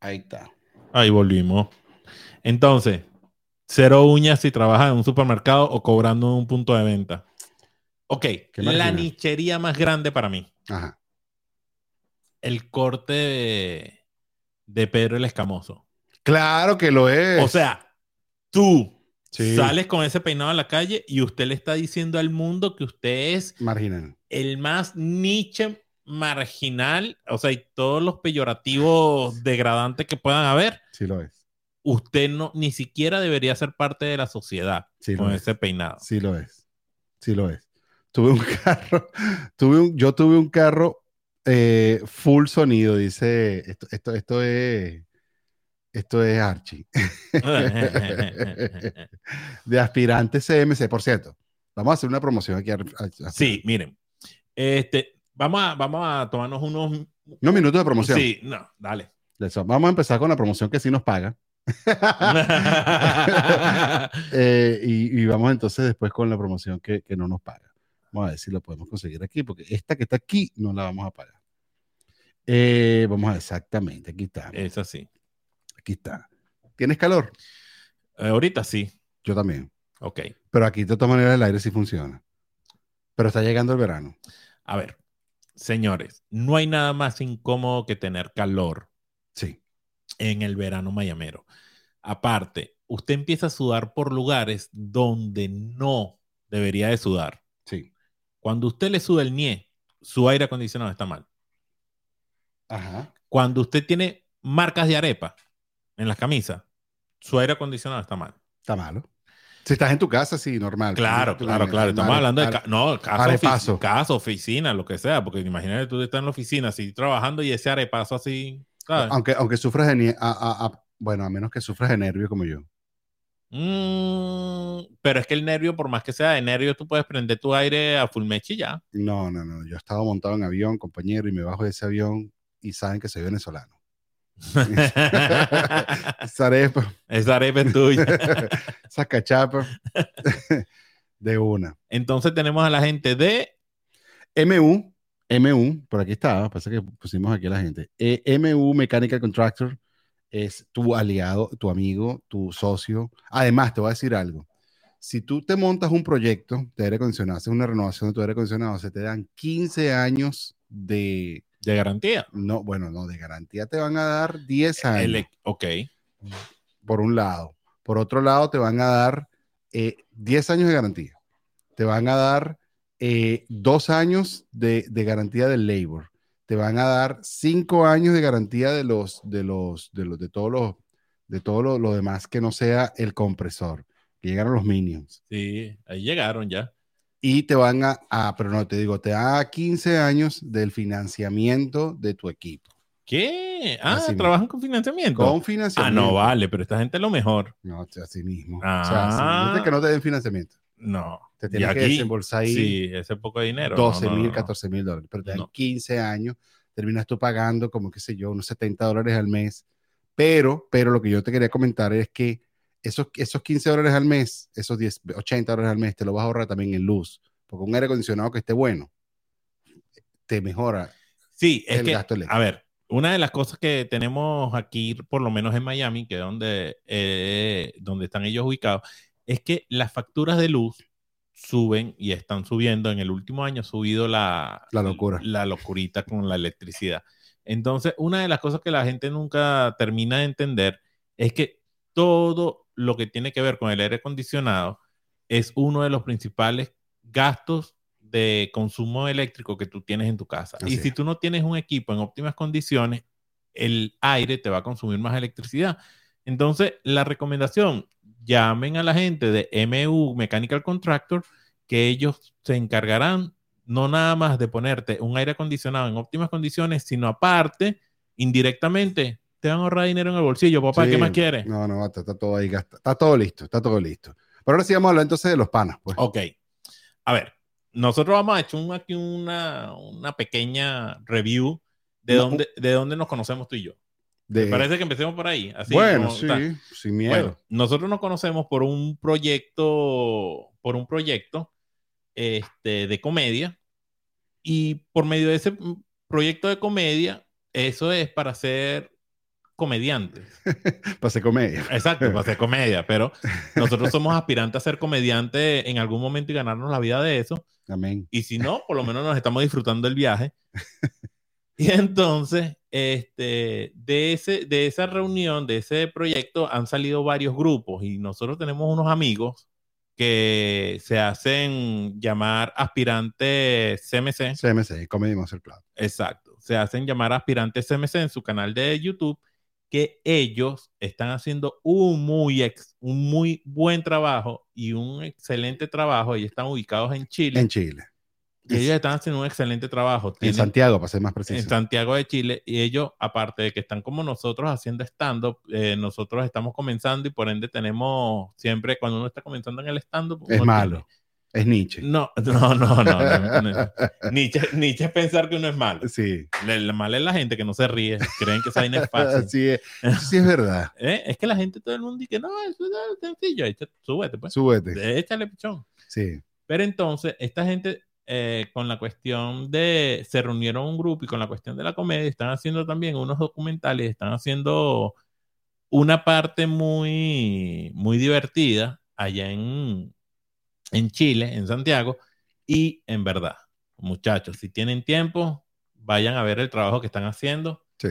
B: Ahí está.
A: Ahí volvimos. Entonces, cero uñas si trabajas en un supermercado o cobrando en un punto de venta. Ok, la
B: máquina.
A: nichería más grande para mí.
B: Ajá.
A: El corte de, de Pedro el Escamoso.
B: Claro que lo es.
A: O sea, tú
B: Sí.
A: sales con ese peinado a la calle y usted le está diciendo al mundo que usted es
B: Marginal.
A: el más niche marginal, o sea, y todos los peyorativos degradantes que puedan haber,
B: Sí lo es.
A: usted no ni siquiera debería ser parte de la sociedad
B: Sí lo
A: con
B: es.
A: ese peinado.
B: Sí lo es. Sí lo es. Tuve un carro, tuve un, yo tuve un carro eh, full sonido, dice, esto, esto, esto es, esto es Archie. De aspirante CMC, por cierto. Vamos a hacer una promoción aquí. a- a- a-
A: Sí, miren. Este, vamos a vamos a tomarnos unos
B: Unos minutos de promoción.
A: Sí, no, dale.
B: Eso, Vamos a empezar con la promoción que sí nos paga. Eh, y, y vamos entonces después con la promoción que, que no nos paga. Vamos a ver si lo podemos conseguir aquí, porque esta que está aquí no la vamos a pagar. Eh, vamos a exactamente, aquí está.
A: es así.
B: Aquí está. ¿Tienes calor?
A: ahorita sí.
B: Yo también.
A: Ok.
B: Pero aquí de todas maneras el aire sí funciona. Pero está llegando el verano.
A: A ver, señores, no hay nada más incómodo que tener calor.
B: Sí.
A: En el verano mayamero. Aparte, usted empieza a sudar por lugares donde no debería de sudar.
B: Sí.
A: Cuando usted le suda el nie, su aire acondicionado está mal.
B: Ajá.
A: Cuando usted tiene marcas de arepa en las camisas, su aire acondicionado está mal.
B: Está malo. Si estás en tu casa, sí, normal.
A: Claro,
B: Tú- tú-
A: claro, claro. Estamos hablando de
B: are-
A: ca- no, casa,
B: arepazo.
A: ofici- casa, oficina, lo que sea, porque imagínate tú estás en la oficina, así trabajando y ese arepazo así, ¿sabes?
B: Aunque, aunque sufras de... nie- a- a- a- bueno, a menos que sufras de nervios como yo.
A: Mm, pero es que el nervio, por más que sea de nervio, tú puedes prender tu aire a full mecha y ya.
B: No, no, no. Yo estaba montado en avión, compañero, y me bajo de ese avión y saben que soy venezolano. Esa arepa,
A: Esa arepa es tuya.
B: esa cachapa de una.
A: Entonces tenemos a la gente de
B: MU, MU, por aquí estaba, pasa que pusimos aquí a la gente. Eh, MU Mechanical Contractor es tu aliado, tu amigo, tu socio. Además, te voy a decir algo. Si tú te montas un proyecto de aire acondicionado, haces una renovación de tu aire acondicionado, se te dan 15 años de...
A: De garantía.
B: No, bueno, no, de garantía te van a dar 10 años
A: el, Ok.
B: por un lado. Por otro lado, te van a dar eh, 10 años de garantía. Te van a dar eh, dos años de, de garantía del labor. Te van a dar cinco años de garantía de los, de los, de los, de todos los, de todo lo, lo demás que no sea el compresor. Que llegaron los minions.
A: Sí, ahí llegaron ya.
B: Y te van a, a- pero no te digo, te da 15 años del financiamiento de tu equipo.
A: ¿Qué? Ah,
B: Así mismo.
A: trabajan con financiamiento.
B: Con
A: Ah,
B: financiamiento.
A: no vale, pero esta gente es lo mejor.
B: No, así mismo.
A: Ah,
B: O sea, si no te- que no te den financiamiento.
A: no.
B: Te
A: Y
B: tienes que
A: aquí,
B: desembolsar ahí
A: Sí, ese poco de dinero.
B: 12
A: No, no,
B: mil,
A: no, no.
B: 14 mil dólares. Pero te dan
A: No.
B: 15 años, terminas tú pagando como, qué sé yo, unos 70 dólares al mes. Pero, pero lo que yo te quería comentar es que esos, esos 15 dólares al mes, esos 10, 80 dólares al mes, te lo vas a ahorrar también en luz. Porque un aire acondicionado que esté bueno, te mejora.
A: Sí, es
B: el
A: que,
B: gasto eléctrico.
A: a ver, una de las cosas que tenemos aquí, por lo menos en Miami, que es donde, eh, donde están ellos ubicados, es que las facturas de luz suben y están subiendo. En el último año ha subido la,
B: La locura.
A: la locurita con la electricidad. Entonces, una de las cosas que la gente nunca termina de entender es que todo lo que tiene que ver con el aire acondicionado es uno de los principales gastos de consumo eléctrico que tú tienes en tu casa.
B: Así
A: y si
B: es.
A: tú no tienes un equipo en óptimas condiciones, el aire te va a consumir más electricidad. Entonces, la recomendación, llamen a la gente de MU Mechanical Contractor, que ellos se encargarán no nada más de ponerte un aire acondicionado en óptimas condiciones, sino aparte, indirectamente, te van a ahorrar dinero en el bolsillo, papá,
B: Sí,
A: ¿qué más quieres?
B: No, no, está, está todo
A: Oh,
B: ahí gastado. Está todo listo, está todo listo. Pero ahora sí vamos a hablar entonces de los panas. Pues.
A: Ok. A ver, nosotros vamos a echar un- aquí una, una pequeña review de,
B: No.
A: dónde, de dónde nos conocemos tú y yo.
B: De-
A: ¿Te parece que empecemos por ahí? Así,
B: bueno,
A: como
B: sí,
A: tal.
B: sin miedo.
A: Bueno, nosotros nos conocemos por un proyecto, por un proyecto este, de comedia y por medio de ese mm, proyecto de comedia, eso es para ser comediantes.
B: Pasé comedia.
A: Exacto, para hacer comedia, pero nosotros somos aspirantes a ser comediantes en algún momento y ganarnos la vida de eso.
B: Amén.
A: Y si no, por lo menos nos estamos disfrutando el viaje. Y entonces, este, de, ese, de esa reunión, de ese proyecto, han salido varios grupos y nosotros tenemos unos amigos que se hacen llamar aspirantes CMC.
B: CMC, Comedy Monster Club.
A: Exacto. Se hacen llamar aspirantes CMC en su canal de YouTube, que ellos están haciendo un muy, ex- un muy buen trabajo y un excelente trabajo. Ellos están ubicados en Chile.
B: En Chile.
A: Y ellos están haciendo un excelente trabajo.
B: En
A: Tienen-
B: Santiago, para ser más
A: en
B: preciso.
A: Santiago de Chile. Y ellos, aparte de que están como nosotros haciendo stand-up, eh, nosotros estamos comenzando y por ende tenemos siempre, cuando uno está comenzando en el stand-up,
B: Es
A: uno
B: malo. Es Nietzsche.
A: No, no, no, no, no, no. Nietzsche, Nietzsche es pensar que uno es malo.
B: Sí.
A: Le- Lo malo es la gente que no se ríe. Creen que esa vaina es fácil.
B: Así es. Eso sí es verdad.
A: ¿Eh? Es que la gente, todo el mundo dice, no, eso es sencillo. echa- Súbete, pues.
B: Súbete.
A: Échale, pichón.
B: Sí.
A: Pero entonces, esta gente eh, con la cuestión de, se reunieron un grupo y con la cuestión de la comedia, están haciendo también unos documentales, están haciendo una parte muy, muy divertida allá en, en Chile, en Santiago, y en verdad, muchachos, si tienen tiempo, vayan a ver el trabajo que están haciendo.
B: Sí.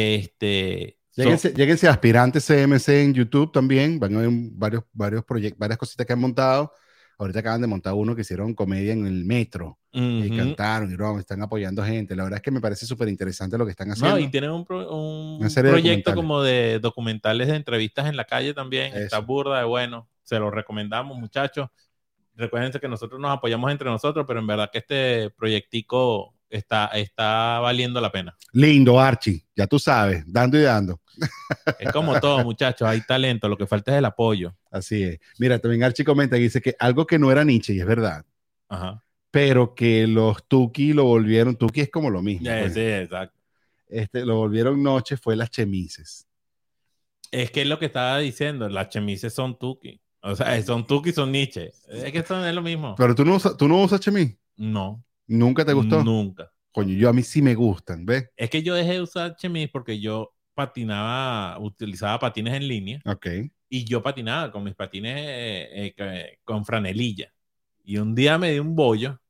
A: Este, son-
B: Lléguense, lléguense a aspirantes CMC en YouTube también. Van a ver un- varios, varios proyectos, varias cositas que han montado. Ahorita acaban de montar uno que hicieron comedia en el metro. Y
A: Ujú.
B: cantaron y broma, están apoyando gente. La verdad es que me parece súper interesante lo que están haciendo.
A: No, y tienen un, pro- un
B: Una serie de
A: proyecto
B: documentales.
A: como de documentales de entrevistas en la calle también. Está burda de bueno. Se lo recomendamos, muchachos. Recuérdense que nosotros nos apoyamos entre nosotros, pero en verdad que este proyectico está, está valiendo la pena.
B: Lindo, Archie. Ya tú sabes, dando y dando.
A: Es como todo, muchachos. Hay talento. Lo que falta es el apoyo.
B: Así es. Mira, también Archie comenta que dice que algo que no era Nietzsche, y es verdad,
A: Ajá.
B: pero que los Tuki lo volvieron, Tuki es como lo mismo.
A: Eh,
B: pues.
A: sí, exacto.
B: Este, lo volvieron noche, fue las chemises.
A: Es que es lo que estaba diciendo. Las chemises son tuki. O sea, son tuki, son Nietzsche. Es que son es lo mismo.
B: Pero tú no, usas- tú no usas chemis.
A: No.
B: ¿Nunca te gustó?
A: Nunca.
B: Coño, yo a mí sí me gustan, ¿ves?
A: Es que yo dejé de usar chemis porque yo patinaba, utilizaba patines en línea
B: Ok.
A: y yo patinaba con mis patines eh, eh, que- con franelilla. Y un día me di un bollo,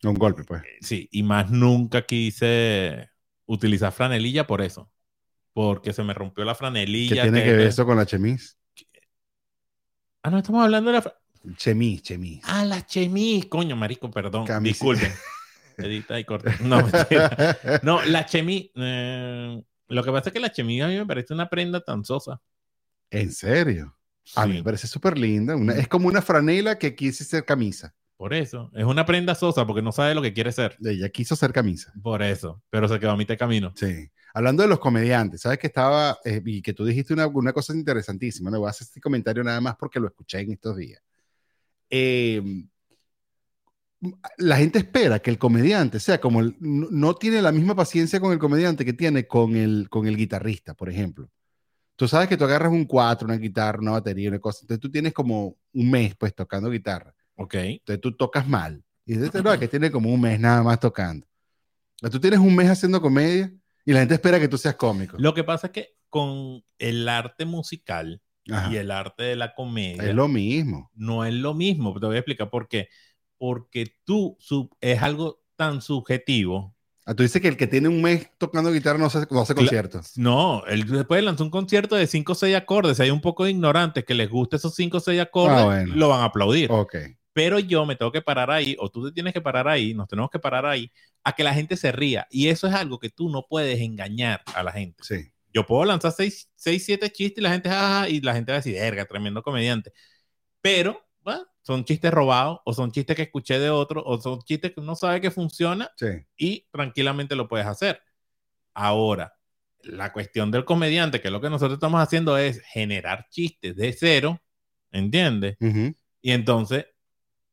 A: eh,
B: Un golpe, pues.
A: sí, y más nunca quise utilizar franelilla por eso. Porque se me rompió la
B: ¿Qué
A: franelilla.
B: tiene
A: que-
B: que ver
A: que-
B: eso con la chemis?
A: Ah, no, estamos hablando de la... fra-
B: Chemis, chemis.
A: Ah, la chemis, coño, marico, perdón.
B: Camisa.
A: Disculpen. Edita y corta. No, mentira. no, la chemis... eh, lo que pasa es que la chemis a mí me parece una prenda tan sosa.
B: ¿En serio? A mí me parece súper linda. Una- es como una franela que quise ser camisa.
A: Por eso. Es una prenda sosa porque no sabe lo que quiere ser.
B: Ella quiso ser camisa.
A: Por eso. Pero se quedó a mitad de camino.
B: Sí. Hablando de los comediantes, sabes que estaba, eh, y que tú dijiste una, una cosa interesantísima, le voy a hacer este comentario nada más porque lo escuché en estos días. Eh, la gente espera que el comediante sea como, el- no, no tiene la misma paciencia con el comediante que tiene con el, con el guitarrista, por ejemplo. Tú sabes que tú agarras un cuatro, una guitarra, una batería, una cosa, entonces tú tienes como un mes pues tocando guitarra.
A: Ok.
B: Entonces tú tocas mal. Y dices, no, que tiene como un mes nada más tocando. Pero Tú tienes un mes haciendo comedia y la gente espera que tú seas cómico.
A: Lo que pasa es que con el arte musical
B: Ajá.
A: y el arte de la comedia
B: Ah. Es lo mismo.
A: no es lo mismo. Te voy a explicar por qué. Porque tú sub- es algo tan subjetivo.
B: Ah, Tú dices que el que tiene un mes tocando guitarra no hace, no hace conciertos.
A: No, él después lanzó un concierto de 5 o 6 acordes. Si hay un poco de ignorantes que les guste esos 5 o 6 acordes,
B: Ah, bueno.
A: lo van a aplaudir.
B: Ok.
A: pero yo me tengo que parar ahí, o tú te tienes que parar ahí, nos tenemos que parar ahí, a que la gente se ría. Y eso es algo que tú no puedes engañar a la gente.
B: Sí.
A: Yo puedo lanzar 6, 7 chistes y la gente, "Ah", y la gente va a decir, verga, tremendo comediante. Pero, bueno, son chistes robados, o son chistes que escuché de otro, o son chistes que uno sabe que funciona
B: Sí.
A: y tranquilamente lo puedes hacer. Ahora, la cuestión del comediante, que es lo que nosotros estamos haciendo es generar chistes de cero, ¿entiendes?
B: Ujú.
A: Y entonces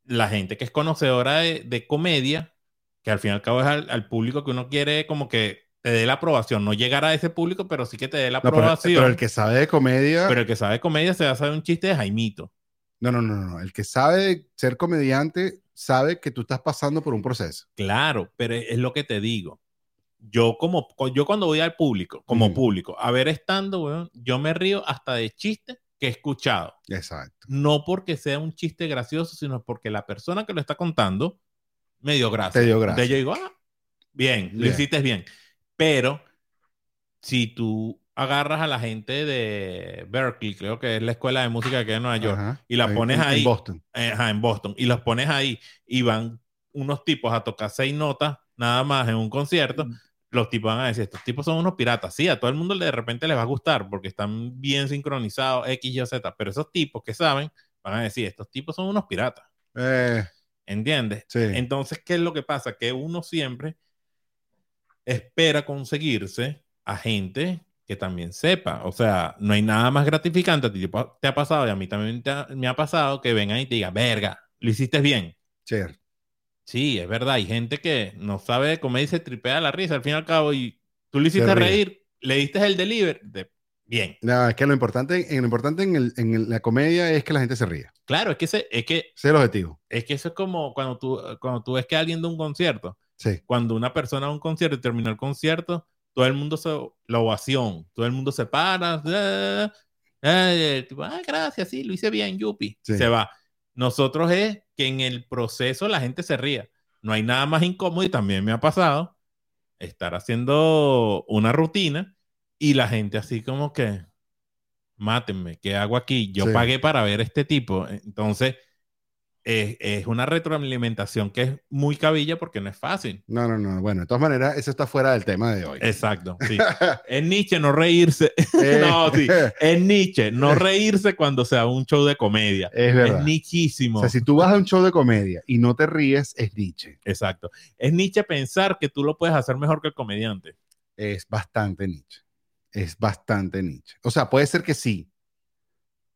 A: la gente que es conocedora de, de comedia, que al fin y al cabo es al, al público que uno quiere como que te dé la aprobación, no llegar a ese público, pero sí que te dé la
B: No, pero,
A: aprobación.
B: pero el que sabe de comedia.
A: Pero el que sabe de comedia se va a saber un chiste de Jaimito.
B: No, no, no, no. El que sabe de ser comediante sabe que tú estás pasando por un proceso.
A: Claro, pero e, es es lo que te digo. Yo como yo cuando voy al público, como público, a ver estando, weón, yo me río hasta de chistes que he escuchado.
B: Exacto.
A: No porque sea un chiste gracioso, sino porque la persona que lo está contando me dio gracia.
B: Te dio gracia.
A: Entonces yo digo, ah, bien, lo
B: Bien.
A: hiciste bien. Pero si tú agarras a la gente de Berkeley, creo que es la escuela de música que hay en Nueva York,
B: Ajá.
A: y la
B: En-
A: pones
B: en- en
A: ahí.
B: Boston.
A: Ajá, en Boston. Y los pones ahí y van unos tipos a tocar seis notas nada más en un concierto. Los tipos van a decir, estos tipos son unos piratas. Sí, a todo el mundo le- de repente les va a gustar porque están bien sincronizados, X, Y, Z. Pero esos tipos que saben van a decir, estos tipos son unos piratas.
B: Eh,
A: ¿Entiendes?
B: Sí.
A: Entonces, ¿qué es lo que pasa? Que uno siempre espera conseguirse a gente que también sepa. O sea, no hay nada más gratificante. A ti te pa- te ha pasado y a mí también te ha- me ha pasado que vengan y te digan, verga, lo hiciste bien. Sí, es verdad. Hay gente que no sabe de comer y se tripea la risa al fin y al cabo y tú le hiciste
B: ríe.
A: reír, le diste el delivery. de- Bien.
B: No, es que lo importante, en- lo importante en, el- en el- la comedia es que la gente se ría.
A: Claro, es que, se- es que
B: Ese es el objetivo.
A: Es que eso es como cuando tú, cuando tú ves que alguien da un concierto. Cuando una persona da un concierto y terminó el concierto, todo el mundo se, la ovación, todo el mundo se para, eh, eh, el tipo, "Ah, gracias, sí, lo hice bien, yupi.
B: Sí.
A: Se va. Nosotros es que en el proceso la gente se ría. No hay nada más incómodo y también me ha pasado estar haciendo una rutina y la gente así como que, mátenme, ¿qué hago aquí? Yo
B: Sí.
A: pagué para ver este tipo. Entonces, es, es una retroalimentación que es muy cabilla porque no es fácil.
B: No, no, no. Bueno, de todas maneras, eso está fuera del tema de hoy. Eh,
A: Exacto, sí. Es Nietzsche no reírse. no, sí. Es Nietzsche no reírse cuando sea un show de comedia.
B: Es verdad.
A: nichísimo.
B: O sea, si tú vas a un show de comedia y no te ríes, es Nietzsche.
A: Exacto. Es Nietzsche pensar que tú lo puedes hacer mejor que el comediante.
B: Es bastante Nietzsche. Es bastante Nietzsche. O sea, puede ser que sí,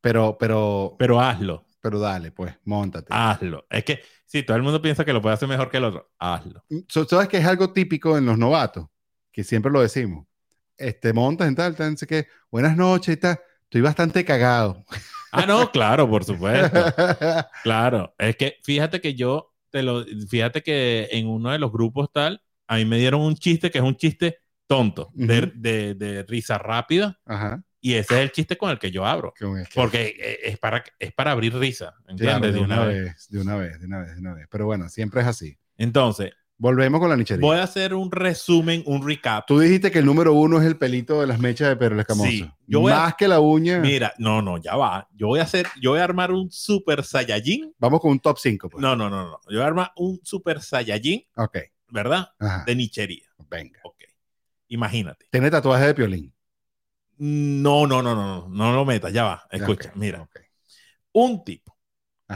B: pero, pero,
A: pero hazlo.
B: Pero dale, pues, montate.
A: Ah. Hazlo. Es que si todo el mundo piensa que lo puede hacer mejor que el otro, hazlo.
B: Sabes que es algo típico en los novatos, que siempre lo decimos. Este, montas en tal, tal, no sé qué. Buenas noches y tal. Estoy bastante cagado.
A: Ah, no, claro, por supuesto. Claro, es que fíjate que yo te lo fíjate que en uno de los grupos tal, a mí me dieron un chiste que es un chiste tonto, de, de- de risa rápida. Y ese es el chiste con el que yo abro. Porque eh, es para, es para abrir risa, ¿entiendes?
B: Claro,
A: de una vez.
B: de una vez, de una vez, de una vez. Pero bueno, siempre es así.
A: Entonces,
B: volvemos con la nichería.
A: Voy a hacer un resumen, un recap.
B: Tú dijiste que el número uno es el pelito de las mechas de Pedro el Escamoso.
A: Sí, yo voy a-
B: Más que la uña.
A: Mira, no, no, ya va. Yo voy a hacer, yo voy a armar un super saiyajin.
B: Vamos con un top 5.
A: No, no, no, no. Yo voy a armar un super saiyajin,
B: Ok.
A: ¿verdad?
B: Ajá.
A: De nichería.
B: Venga.
A: Ok. Imagínate.
B: Tiene tatuaje de piolín.
A: No, no, no, no, no, no lo metas, ya va. Escucha, mira. Un tipo,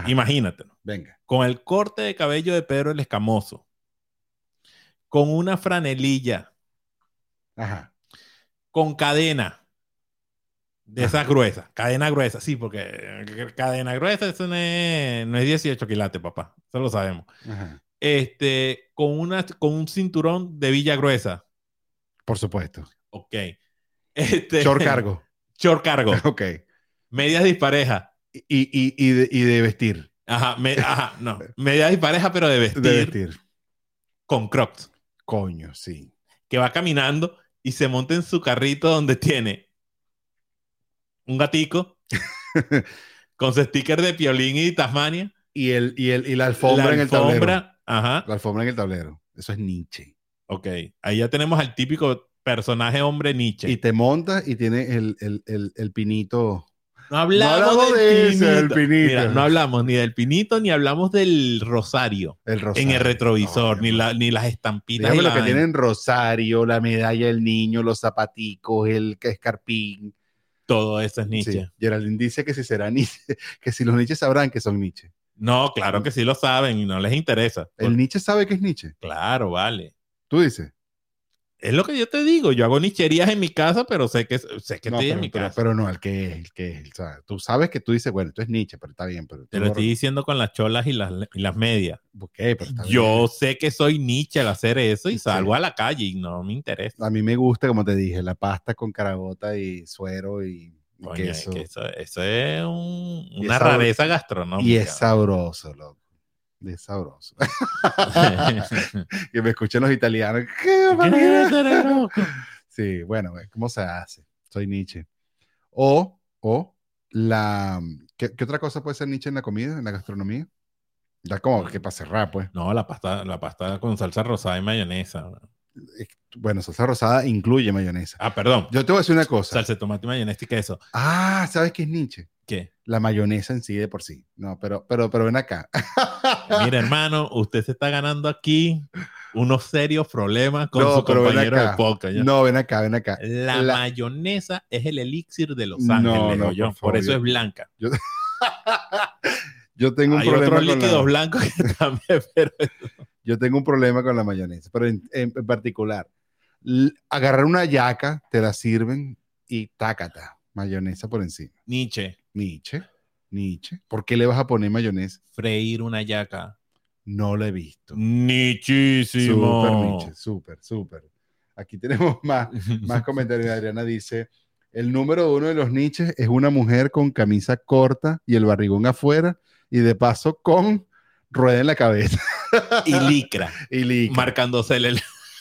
A: imagínatelo,
B: Venga.
A: con el corte de cabello de Pedro el Escamoso, con una franelilla,
B: Ajá.
A: con cadena de esas gruesas, cadena gruesa, sí, porque eh, cadena gruesa eso no es, no es 18 quilates, papá, eso lo sabemos.
B: Ajá.
A: Este, con, una, con un cinturón de villa gruesa,
B: Por supuesto.
A: ok. Este,
B: Short cargo.
A: Short cargo.
B: Ok.
A: Medias dispareja.
B: Y, y, y, de, y de vestir.
A: Ajá, me- ajá, no. Medias dispareja, pero de vestir.
B: De vestir.
A: Con Crocs.
B: Coño, sí.
A: Que va caminando y se monta en su carrito donde tiene un gatico con su sticker de Piolín y Tasmania.
B: Y, el, y, el, y la alfombra en el tablero.
A: Ajá.
B: La alfombra en el tablero. Eso es Nietzsche.
A: Ok. Ahí ya tenemos al típico personaje hombre Nietzsche.
B: Y te montas y tiene el, el, el, el pinito.
A: No hablamos,
B: No hablamos
A: del
B: de ese,
A: pinito.
B: del pinito.
A: Mira, no hablamos ni del pinito ni hablamos del rosario,
B: El
A: en el
B: rosario.
A: retrovisor, ni, la- ni las estampitas.
B: Dígame
A: y
B: lo
A: la
B: que
A: vaina.
B: tienen Rosario, la medalla del niño, los zapaticos, el escarpín.
A: Todo eso es Nietzsche.
B: Sí. Geraldine dice que si será Nietzsche, que si los Nietzsche sabrán que son Nietzsche.
A: No, claro que sí lo saben y no les interesa. Pues
B: El Nietzsche sabe que es Nietzsche.
A: Claro, vale.
B: Tú dices.
A: Es lo que yo te digo, yo hago nicherías en mi casa, pero sé que sé que
B: No,
A: estoy
B: pero,
A: en mi
B: pero-
A: casa.
B: pero no, el que es, el que es. o sea, tú sabes que tú dices, bueno, esto es Nietzsche, pero está bien. Pero
A: Te lo estoy diciendo con las cholas y las, y las medias. Yo sé que soy Nietzsche al hacer eso y salgo a la calle y no me interesa.
B: A mí me gusta, como te dije, la pasta con carabota y suero y, y
A: Coño, es
B: queso.
A: que eso, eso es un-
B: Y
A: una
B: es sabro-
A: rareza gastronómica.
B: Y es sabroso, loco. Y Es sabroso. que me escuchen los italianos. ¿Qué,
A: manera?
B: sí, bueno, ¿cómo se hace? Soy Nietzsche. O, o, la. ¿qué, qué otra cosa puede ser Nietzsche en la comida, en la gastronomía? Ya como que para cerrar, pues.
A: No, la pasta, la pasta con salsa rosada y mayonesa.
B: Bueno, salsa rosada incluye mayonesa.
A: Ah, perdón.
B: Yo te voy a decir una cosa.
A: Salsa de tomate, mayonesa y queso.
B: Ah, ¿sabes qué es Nietzsche?
A: ¿Qué?
B: La mayonesa en sí de por sí. No, pero, pero, pero ven acá.
A: Mira, hermano, usted se está ganando aquí unos serios problemas con
B: no,
A: su
B: pero ven
A: compañero de
B: acá.
A: podcast. ya.
B: No, ven acá, ven acá.
A: la,
B: La-
A: mayonesa es el elixir de Los
B: No,
A: Ángeles,
B: no,
A: Ollón, por,
B: por favor,
A: eso
B: yo-
A: es blanca.
B: Yo tengo un
A: Hay
B: problema
A: otros
B: con la-
A: líquidos blancos que también, pero
B: Yo tengo un problema con la mayonesa, pero en, en- en particular, l- agarrar una yaca, te la sirven y tácata, mayonesa por encima.
A: Nietzsche,
B: Nietzsche, Nietzsche. ¿Por qué le vas a poner mayonesa?
A: freír una yaca.
B: No la he visto.
A: Nichísimo.
B: Súper, Nietzsche, súper, súper. Aquí tenemos más, más comentarios. Adriana dice, el número uno de los Nietzsche es una mujer con camisa corta y el barrigón afuera y de paso con rueda en la cabeza.
A: Y licra,
B: y licra.
A: marcándosele el...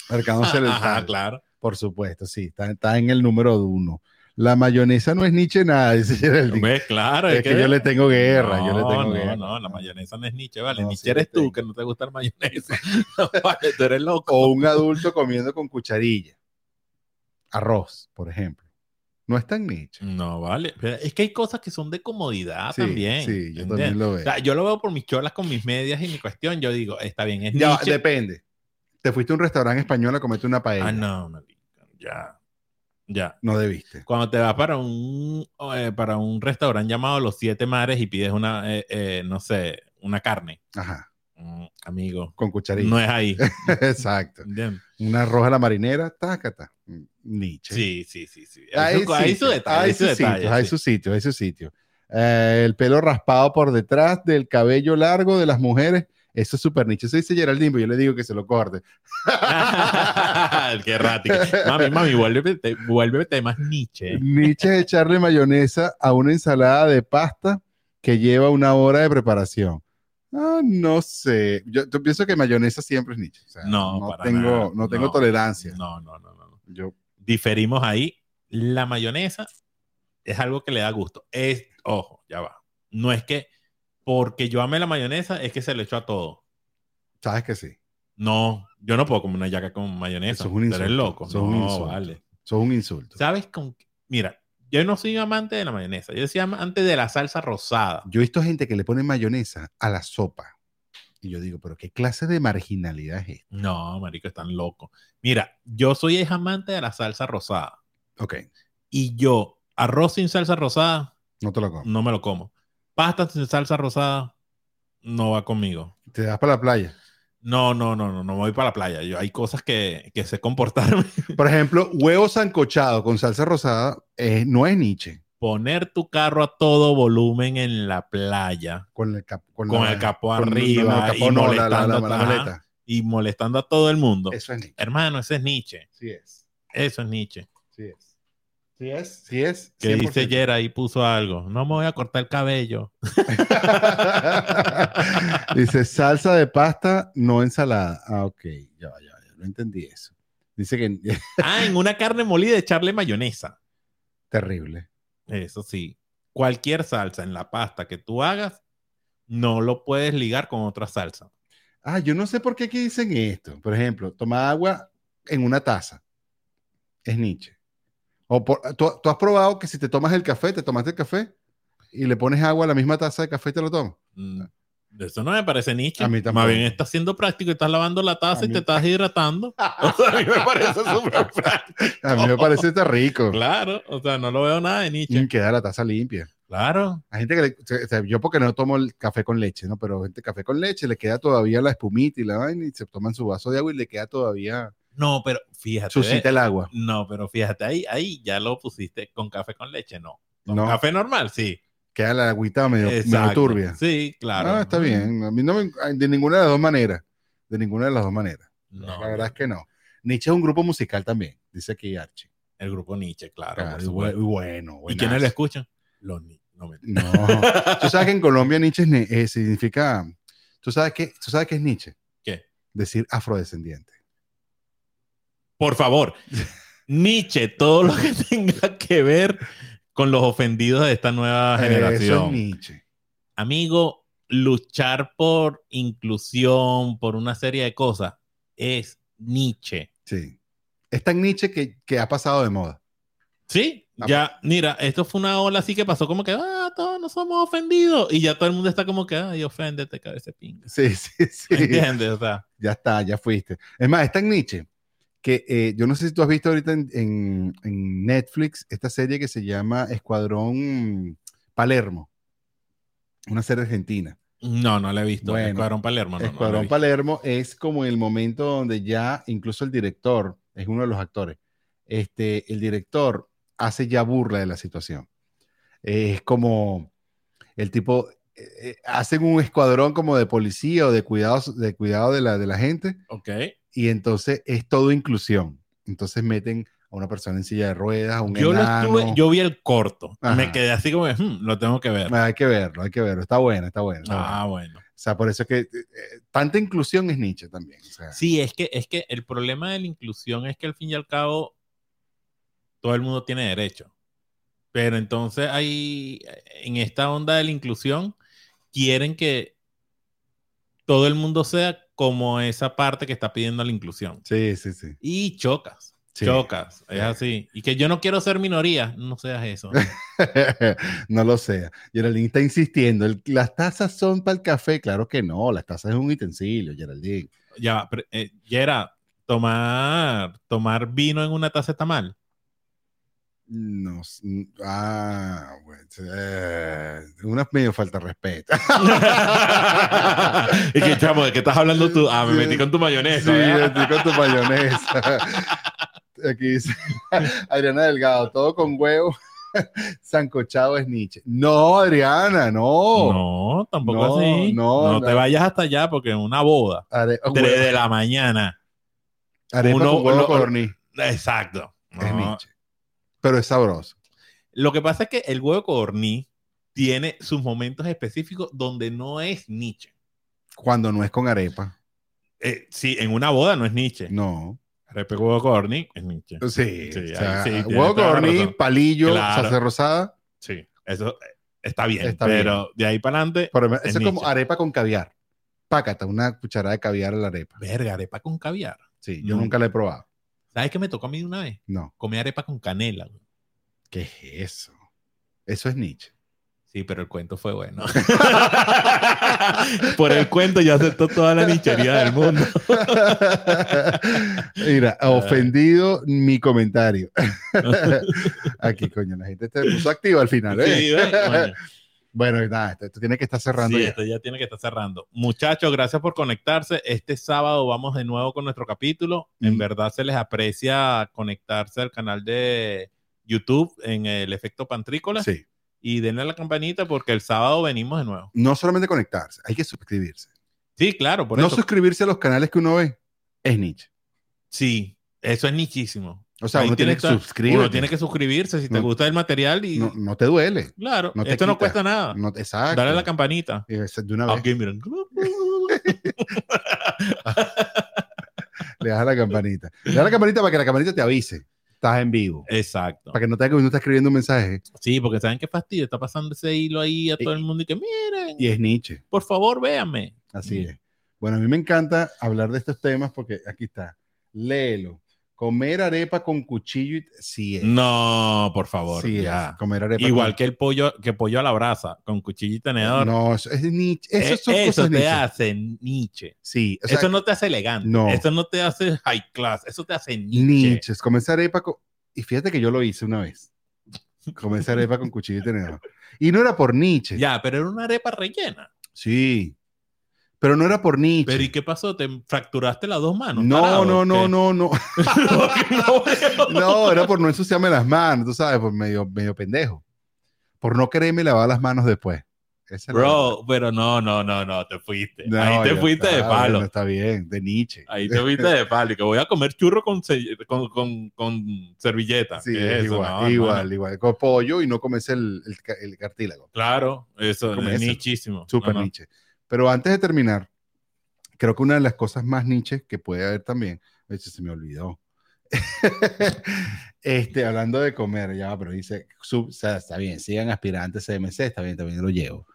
B: Marcándosele el
A: Ajá,
B: tal.
A: claro.
B: Por supuesto, sí, está, está en el número de uno. La mayonesa no es Nietzsche nada, dice Geraldine.
A: Hombre, claro,
B: Es que yo le tengo guerra, yo le tengo
A: no,
B: guerra.
A: No, la mayonesa no es Nietzsche, vale.
B: No,
A: Nietzsche
B: sí le
A: eres tú, que no te gusta la mayonesa. No, vale, tú eres loco.
B: O un adulto comiendo con cucharilla. Arroz, por ejemplo. No es tan Nietzsche.
A: No, vale. Pero Es que hay cosas que son de comodidad
B: Sí,
A: Ah, también.
B: sí, yo
A: ¿entiendes?
B: también lo veo.
A: O sea, yo lo veo por mis cholas con mis medias y mi cuestión. Yo digo, está bien, es
B: Ya,
A: Nietzsche.
B: depende. Te fuiste a un restaurante español a comerte una paella.
A: Ah, no, marico, ya. Ya.
B: No debiste.
A: Cuando te vas para un, eh, para un restaurante llamado Los Siete Mares y pides una, eh, eh, no sé, una carne,
B: Ajá.
A: Mm, amigo,
B: Con cucharilla.
A: no es ahí.
B: Exacto.
A: ¿entiendes?
B: Una roja a la marinera, tácata. Nietzsche.
A: Sí, sí, sí. sí. Hay
B: Hay
A: su- hay su
B: sitios,
A: detalle.
B: hay
A: Hay su
B: sus
A: detalle,
B: sitios, hay
A: sí.
B: sus sitios, hay sus sitios. Eh, el pelo raspado por detrás del cabello largo de las mujeres, eso es súper nicho. Eso dice Geraldine, pero yo le digo que se lo corte.
A: Qué errático. Mami, mami, vuelve, te, vuelve temas Nietzsche.
B: Nietzsche es echarle mayonesa a una ensalada de pasta que lleva una hora de preparación. Ah, no sé. Yo, yo pienso que mayonesa siempre es Nietzsche. O sea,
A: No, para
B: tengo,
A: nada.
B: no tengo
A: No.
B: tolerancia.
A: No, no, no, no. no.
B: Yo,
A: Diferimos ahí. La mayonesa es algo que le da gusto. Es, ojo, ya va. No es que porque yo amé la mayonesa es que se le echó a todo.
B: sabes que sí.
A: No, yo no puedo comer una yaca con mayonesa.
B: Eso es un
A: Tú eres
B: insulto.
A: loco.
B: Eso es un
A: No,
B: insulto.
A: vale.
B: Eso es un insulto.
A: ¿Sabes con qué? Mira, yo no soy amante de la mayonesa. Yo soy amante de la salsa rosada.
B: Yo he visto gente que le pone mayonesa a la sopa. Y yo digo, pero ¿qué clase de marginalidad es esta?
A: No, marico, están locos. Mira, yo soy es amante de la salsa rosada.
B: Ok,
A: Y yo, arroz sin salsa rosada,
B: no te lo como.
A: no me lo como. Pasta sin salsa rosada, no va conmigo.
B: Te das para la playa.
A: No, no, no, no, no voy para la playa. Yo, hay cosas que, que sé comportarme.
B: Por ejemplo, huevo sancochado con salsa rosada eh, no es Nietzsche.
A: Poner tu carro a todo volumen en la playa,
B: Con el, cap- con
A: con
B: la-
A: el capó
B: con- no,
A: arriba
B: no, el
A: y,
B: capó no, la-
A: molestando,
B: la- la-
A: a-
B: la
A: ajá,
B: maleta.
A: y molestando a todo el mundo.
B: Eso es Nietzsche.
A: Hermano, ese es Nietzsche.
B: Sí es.
A: Eso es Nietzsche.
B: Sí es. Sí es. Sí es.
A: Que
B: 100%.
A: dice Yera ahí puso algo. No me voy a cortar el cabello.
B: Dice salsa de pasta, no ensalada. Ah, ok. Ya, va, ya, va, ya. No entendí eso. Dice que
A: Ah, en una carne molida echarle mayonesa.
B: terrible.
A: Eso sí. Cualquier salsa en la pasta que tú hagas, no lo puedes ligar con otra salsa.
B: Ah, yo no sé por qué aquí dicen esto. Por ejemplo, toma agua en una taza. Es Nietzsche. O por- ¿tú, tú has probado que si te tomas el café, te tomaste el café y le pones agua a la misma taza de café y te lo tomas.
A: Mm, Eso no me parece Nietzsche.
B: A mí
A: Más
B: tampoco.
A: bien estás siendo práctico, estás lavando la taza
B: A
A: y
B: mí- Ah.
A: te estás hidratando. O sea, a mí me parece súper práctico.
B: A mí me parece que está rico.
A: Ah, Claro, o sea, no lo veo nada de Nietzsche.
B: Y queda la taza limpia.
A: Claro.
B: Hay gente que le- o sea, yo porque no tomo el café con leche, ¿no? Pero gente café con leche le queda todavía la espumita y la vaina y se toman su vaso de agua y le queda todavía
A: No, pero fíjate.
B: Suscita
A: ve,
B: el agua.
A: No, pero fíjate, ahí, ahí ya lo pusiste con café con leche, no. Con
B: No.
A: café normal, sí.
B: Queda la agüita medio, medio
A: Exacto.
B: turbia.
A: Sí, claro.
B: No, está bien. A mí no me- de ninguna de las dos maneras. De ninguna de las dos maneras.
A: No.
B: La verdad es que no. Nietzsche es un grupo musical también, dice aquí Archie.
A: El grupo Nietzsche, claro.
B: Claro,
A: por
B: y
A: supuesto.
B: bu- y bueno,
A: ¿Y
B: buenazo.
A: quiénes lo escuchan? Los ni- no, mentira.
B: No. Tú sabes que en Colombia Nietzsche es ne- eh, significa. ¿Tú sabes, qué, ¿Tú sabes qué es Nietzsche?
A: ¿Qué?
B: Decir afrodescendiente.
A: Por favor, Nietzsche, todo lo que tenga que ver con los ofendidos de esta nueva
B: Eso es
A: generación.
B: Nietzsche.
A: Amigo, luchar por inclusión, por una serie de cosas, es Nietzsche.
B: Sí. Es tan Nietzsche que, que ha pasado de moda.
A: Sí, ya, mira, esto fue una ola así que pasó como que, ah, todos nos somos ofendidos. Y ya todo el mundo está como que, ay, oféndete, cabeza de pinga.
B: Sí, sí, sí.
A: ¿Entiendes? O sea,
B: Ya está, ya fuiste. Es más, es tan Nietzsche que eh, yo no sé si tú has visto ahorita en, en- en Netflix esta serie que se llama Escuadrón Palermo. Una serie argentina.
A: no, no la he visto.
B: Bueno,
A: Escuadrón Palermo. No, no la he
B: Escuadrón
A: visto.
B: Palermo es como el momento donde ya incluso el director, es uno de los actores, este, el director hace ya burla de la situación. Eh, es como el tipo, eh, eh, hacen un escuadrón como de policía o de cuidados, de cuidado de la, de la gente
A: Ok.
B: y entonces es todo inclusión. Entonces meten a una persona en silla de ruedas, a un
A: Yo, lo
B: enano.
A: estuve, yo vi el corto.
B: Ajá.
A: Me quedé así como, "Hmm, lo tengo que ver.
B: Hay que verlo, hay que verlo. Está bueno, está bueno. está
A: Ah,
B: bueno.
A: bueno.
B: O sea, por eso es que eh, eh, tanta inclusión es Nietzsche también. o sea.
A: Sí, es que, es que el problema de la inclusión es que al fin y al cabo todo el mundo tiene derecho. Pero entonces hay, en esta onda de la inclusión, quieren que todo el mundo sea como esa parte que está pidiendo la inclusión.
B: Sí, sí, sí.
A: Y chocas,
B: Sí.
A: chocas, es así. Y que yo no quiero ser minoría, no seas eso.
B: no lo sea. Geraldine está insistiendo. el- las tazas son para el café. Claro que no. Las tazas es un utensilio, Geraldine.
A: ya, va, pero, eh, Yera, tomar, tomar vino en una taza está mal.
B: No. s- n- mm, Ah, bueno, eh, una medio falta de respeto.
A: y que chamo, ¿de qué estás hablando tú? Ah, me
B: Sí.
A: metí con tu
B: Sí,
A: mayonesa.
B: me
A: ¿verdad?
B: estoy con tu mayonesa. Aquí dice Adriana Delgado, todo con huevo. Sancochado es Nietzsche. No, Adriana, no.
A: No, tampoco
B: No,
A: así. No,
B: no,
A: te
B: no.
A: vayas hasta allá porque en una boda,
B: Are-
A: 3 de la mañana.
B: Arepa
A: uno-
B: con huevo
A: uno-
B: codorniz.
A: Exacto.
B: Es
A: No.
B: Nietzsche. Pero es sabroso.
A: Lo que pasa es que el huevo codorní tiene sus momentos específicos donde no es Nietzsche.
B: Cuando no es con arepa.
A: Eh, sí, en una boda no es Nietzsche.
B: No.
A: Arepa y huevo codorní es Nietzsche.
B: Sí.
A: Sí,
B: o sea,
A: ahí sí, tienes
B: huevo
A: toda la
B: codorniz,
A: razón.
B: palillo,
A: Claro.
B: salsa rosada.
A: Sí, eso eh, está bien.
B: Está
A: pero de ahí para adelante.
B: Por lo menos-
A: es
B: eso es como
A: Nietzsche.
B: arepa con caviar. Pácata, una cucharada de caviar a la arepa.
A: Verga, arepa con caviar.
B: Sí, yo nunca la he probado.
A: ¿Sabes qué me tocó a mí una vez?
B: No.
A: Comí arepa con canela. güey.
B: ¿Qué es eso? Eso es Nietzsche.
A: Sí, pero el cuento fue bueno. Por el cuento ya aceptó toda la nichería del mundo.
B: Mira,
A: Ah.
B: ofendido mi comentario. Aquí, coño, la gente se puso activa al final. ¿eh?
A: Sí, ¿ves? Coño.
B: bueno, nada, esto, esto tiene que estar cerrando
A: Sí,
B: ya.
A: esto ya tiene que estar cerrando. Muchachos, gracias por conectarse. Este sábado vamos de nuevo con nuestro capítulo. En
B: Mm.
A: verdad se les aprecia conectarse al canal de YouTube en el efecto Pantrícola.
B: Sí.
A: Y denle a la campanita porque el sábado venimos de nuevo.
B: No solamente conectarse, hay que suscribirse.
A: Sí, claro, por
B: no
A: eso.
B: suscribirse a los canales que uno ve es Nietzsche.
A: Sí, eso es nichísimo.
B: O sea,
A: Ahí
B: uno tiene que
A: estar-
B: suscribirte.
A: Uno tiene que suscribirse si te
B: No.
A: gusta el material y
B: No, no te duele.
A: claro,
B: no te
A: esto no
B: quita.
A: cuesta nada.
B: No, exacto.
A: Ah, Dale a la campanita. Ah,
B: Exacto, De una vez.
A: Ok, miren.
B: Le das a la campanita. Le das a la campanita para que la campanita te avise. Estás en vivo.
A: Exacto.
B: Para que no te haga que uno está escribiendo un mensaje.
A: Sí, porque saben qué fastidio, está pasando ese hilo ahí a todo el mundo y que miren,
B: Y es Nietzsche.
A: por favor, véanme.
B: Así es. Bueno, a mí me encanta hablar de estos temas porque aquí está. Léelo. Comer arepa con cuchillo y... Sí es.
A: No, Mm, por favor,
B: Sí es.
A: ya.
B: Comer arepa
A: Igual
B: con-
A: que el pollo, que pollo a la brasa, con cuchillo y tenedor.
B: No, eso es Nietzsche.
A: Eh,
B: Esas son
A: eso
B: cosas
A: te
B: Nietzsche.
A: hace Nietzsche.
B: Sí. o sea,
A: eso no te hace elegante.
B: No.
A: Eso no te hace high class. Eso te hace Nietzsche.
B: Nietzsche. Comer esa arepa con... Y fíjate que yo lo hice una vez. Comer esa arepa con cuchillo y tenedor. Y no era por Nietzsche.
A: Ya, pero era una arepa rellena.
B: Sí. Pero no era por Nietzsche.
A: Pero ¿y qué pasó? ¿Te fracturaste las dos manos?
B: No,
A: tarado,
B: no,
A: o
B: no,
A: qué?
B: no, no. no, era por no ensuciarme las manos, tú sabes, por medio, medio pendejo. Por no quererme lavar las manos después. Esa era la-
A: Bro, pero no, no, no, no, te fuiste.
B: No,
A: Ahí te
B: ya
A: fuiste de
B: está,
A: palo.
B: bueno, está bien, de Nietzsche.
A: Ahí te fuiste de palo. Y que voy a comer churro con, se- con, con- con servilleta.
B: Sí,
A: ¿Qué
B: es
A: es eso?
B: igual,
A: No,
B: igual,
A: hermano.
B: igual. Con pollo y no comes el, el ca- el cartílago.
A: Claro, eso
B: Como
A: es
B: ese.
A: nichísimo.
B: Súper
A: No, no.
B: Nietzsche. Pero antes de terminar, creo que una de las cosas más Nietzsche que puede haber también, de hecho, se me olvidó. este, hablando de comer, ya, pero dice, sub- o sea, está bien, sigan aspirantes CMC, está bien, también lo llevo.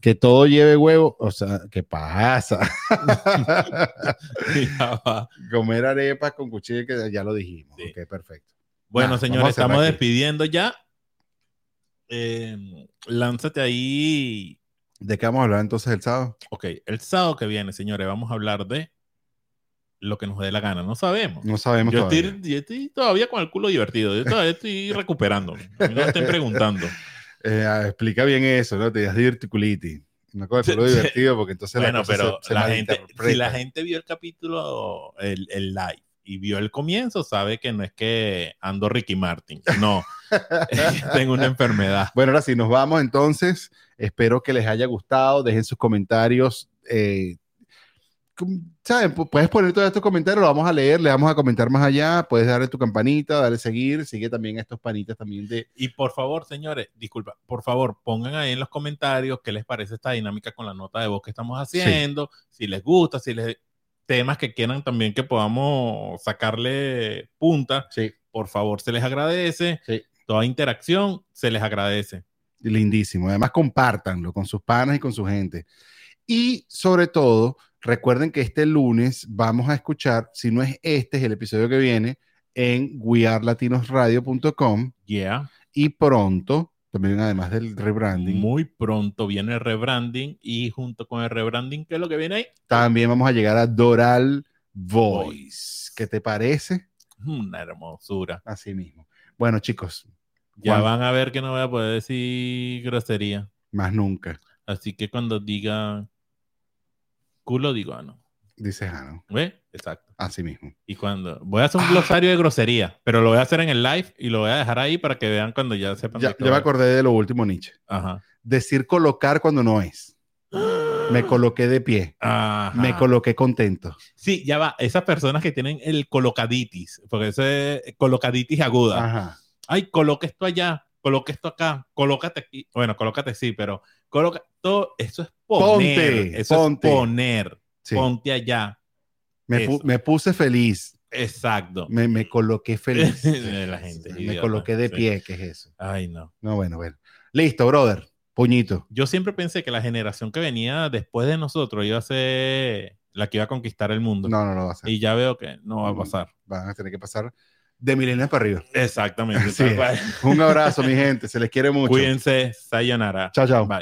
B: Que todo lleve huevo, o sea, ¿qué pasa? Comer arepas con cuchillo, que ya lo dijimos. Ok, perfecto.
A: Bueno,
B: Nada,
A: señores,
B: vamos a cerrar
A: estamos
B: aquí.
A: despidiendo ya. Eh, lánzate ahí
B: ¿De qué vamos a hablar entonces el sábado?
A: Ok, el sábado que viene, señores, vamos a hablar de lo que nos dé la gana. No sabemos.
B: No sabemos
A: Yo
B: todavía.
A: estoy, yo estoy todavía con el culo divertido. Yo todavía estoy recuperándome. A mí no me estén preguntando.
B: Eh, ah, explica bien eso, ¿no? Tenías diverticulitis. Una cosa
A: Sí,
B: lo
A: sí.
B: divertido porque entonces
A: bueno,
B: la cosa
A: pero
B: se- se
A: la gente,
B: malinterpreta.
A: si la gente vio el capítulo, el, el live, y vio el comienzo, sabe que no es que ando Ricky Martin. No. Tengo una enfermedad.
B: Bueno, ahora sí, nos vamos entonces. Espero que les haya gustado. Dejen sus comentarios. eh, com- ¿Saben? Pu- Puedes poner todos estos comentarios, los vamos a leer, le vamos a comentar más allá. Puedes darle tu campanita, darle seguir. Sigue también a estos panitas también de
A: Y por favor, señores, disculpa, por favor, pongan ahí en los comentarios qué les parece esta dinámica con la nota de voz que estamos haciendo, si les gusta, si les temas que quieran también que podamos sacarle punta. Por favor, se les agradece. Toda interacción se les agradece.
B: Lindísimo. Además, compártanlo con sus panas y con su gente. Y sobre todo, recuerden que este lunes vamos a escuchar, si no es este, es el episodio que viene, en wearlatinosradio.com.
A: Yeah.
B: Y pronto, también además del rebranding,
A: Muy pronto viene el rebranding y junto con el rebranding, ¿qué es lo que viene ahí?
B: también vamos a llegar a Doral Voice. ¿Qué te parece?
A: Una hermosura.
B: Así mismo. Bueno, chicos,
A: Ya
B: Juan-
A: van a ver que no voy a poder decir grosería.
B: más nunca,
A: Así que cuando diga culo, digo ano.
B: dice Jano.
A: ¿Ve? Exacto.
B: Así mismo.
A: Y cuando voy a hacer un
B: Ah.
A: glosario de grosería, pero lo voy a hacer en el live y lo voy a dejar ahí para que vean cuando ya sepan.
B: Ya,
A: de qué
B: ya me
A: va.
B: acordé de lo último, Nietzsche.
A: Ajá.
B: Decir colocar cuando no es. Me coloqué de pie.
A: Ajá.
B: Me coloqué contento.
A: Sí, ya va. Esas personas que tienen el colocaditis, porque eso es colocaditis aguda.
B: Ajá.
A: Ay, coloca esto allá, coloca esto acá, colócate aquí. Bueno, colócate sí, pero coloca todo. Eso es poner.
B: Ponte,
A: eso
B: ponte.
A: es poner.
B: Sí.
A: Ponte allá.
B: Me, pu-
A: Eso.
B: me puse feliz.
A: Exacto.
B: Me, me coloqué feliz.
A: La gente es
B: me
A: idiota,
B: coloqué de
A: sí.
B: pie, ¿qué es eso?
A: Ay, no.
B: No, bueno, bueno. Listo, brother. Puñito.
A: yo siempre pensé que la generación que venía después de nosotros iba a ser la que iba a conquistar el mundo.
B: No, Mm. no lo va a hacer.
A: Y ya veo que no va a pasar.
B: Van a tener que pasar de milenios para arriba.
A: Exactamente.
B: Así
A: tal cual.
B: es. Un abrazo, mi gente. Se les quiere mucho.
A: Cuídense. Sayonara.
B: Chao, chao.
A: Bye.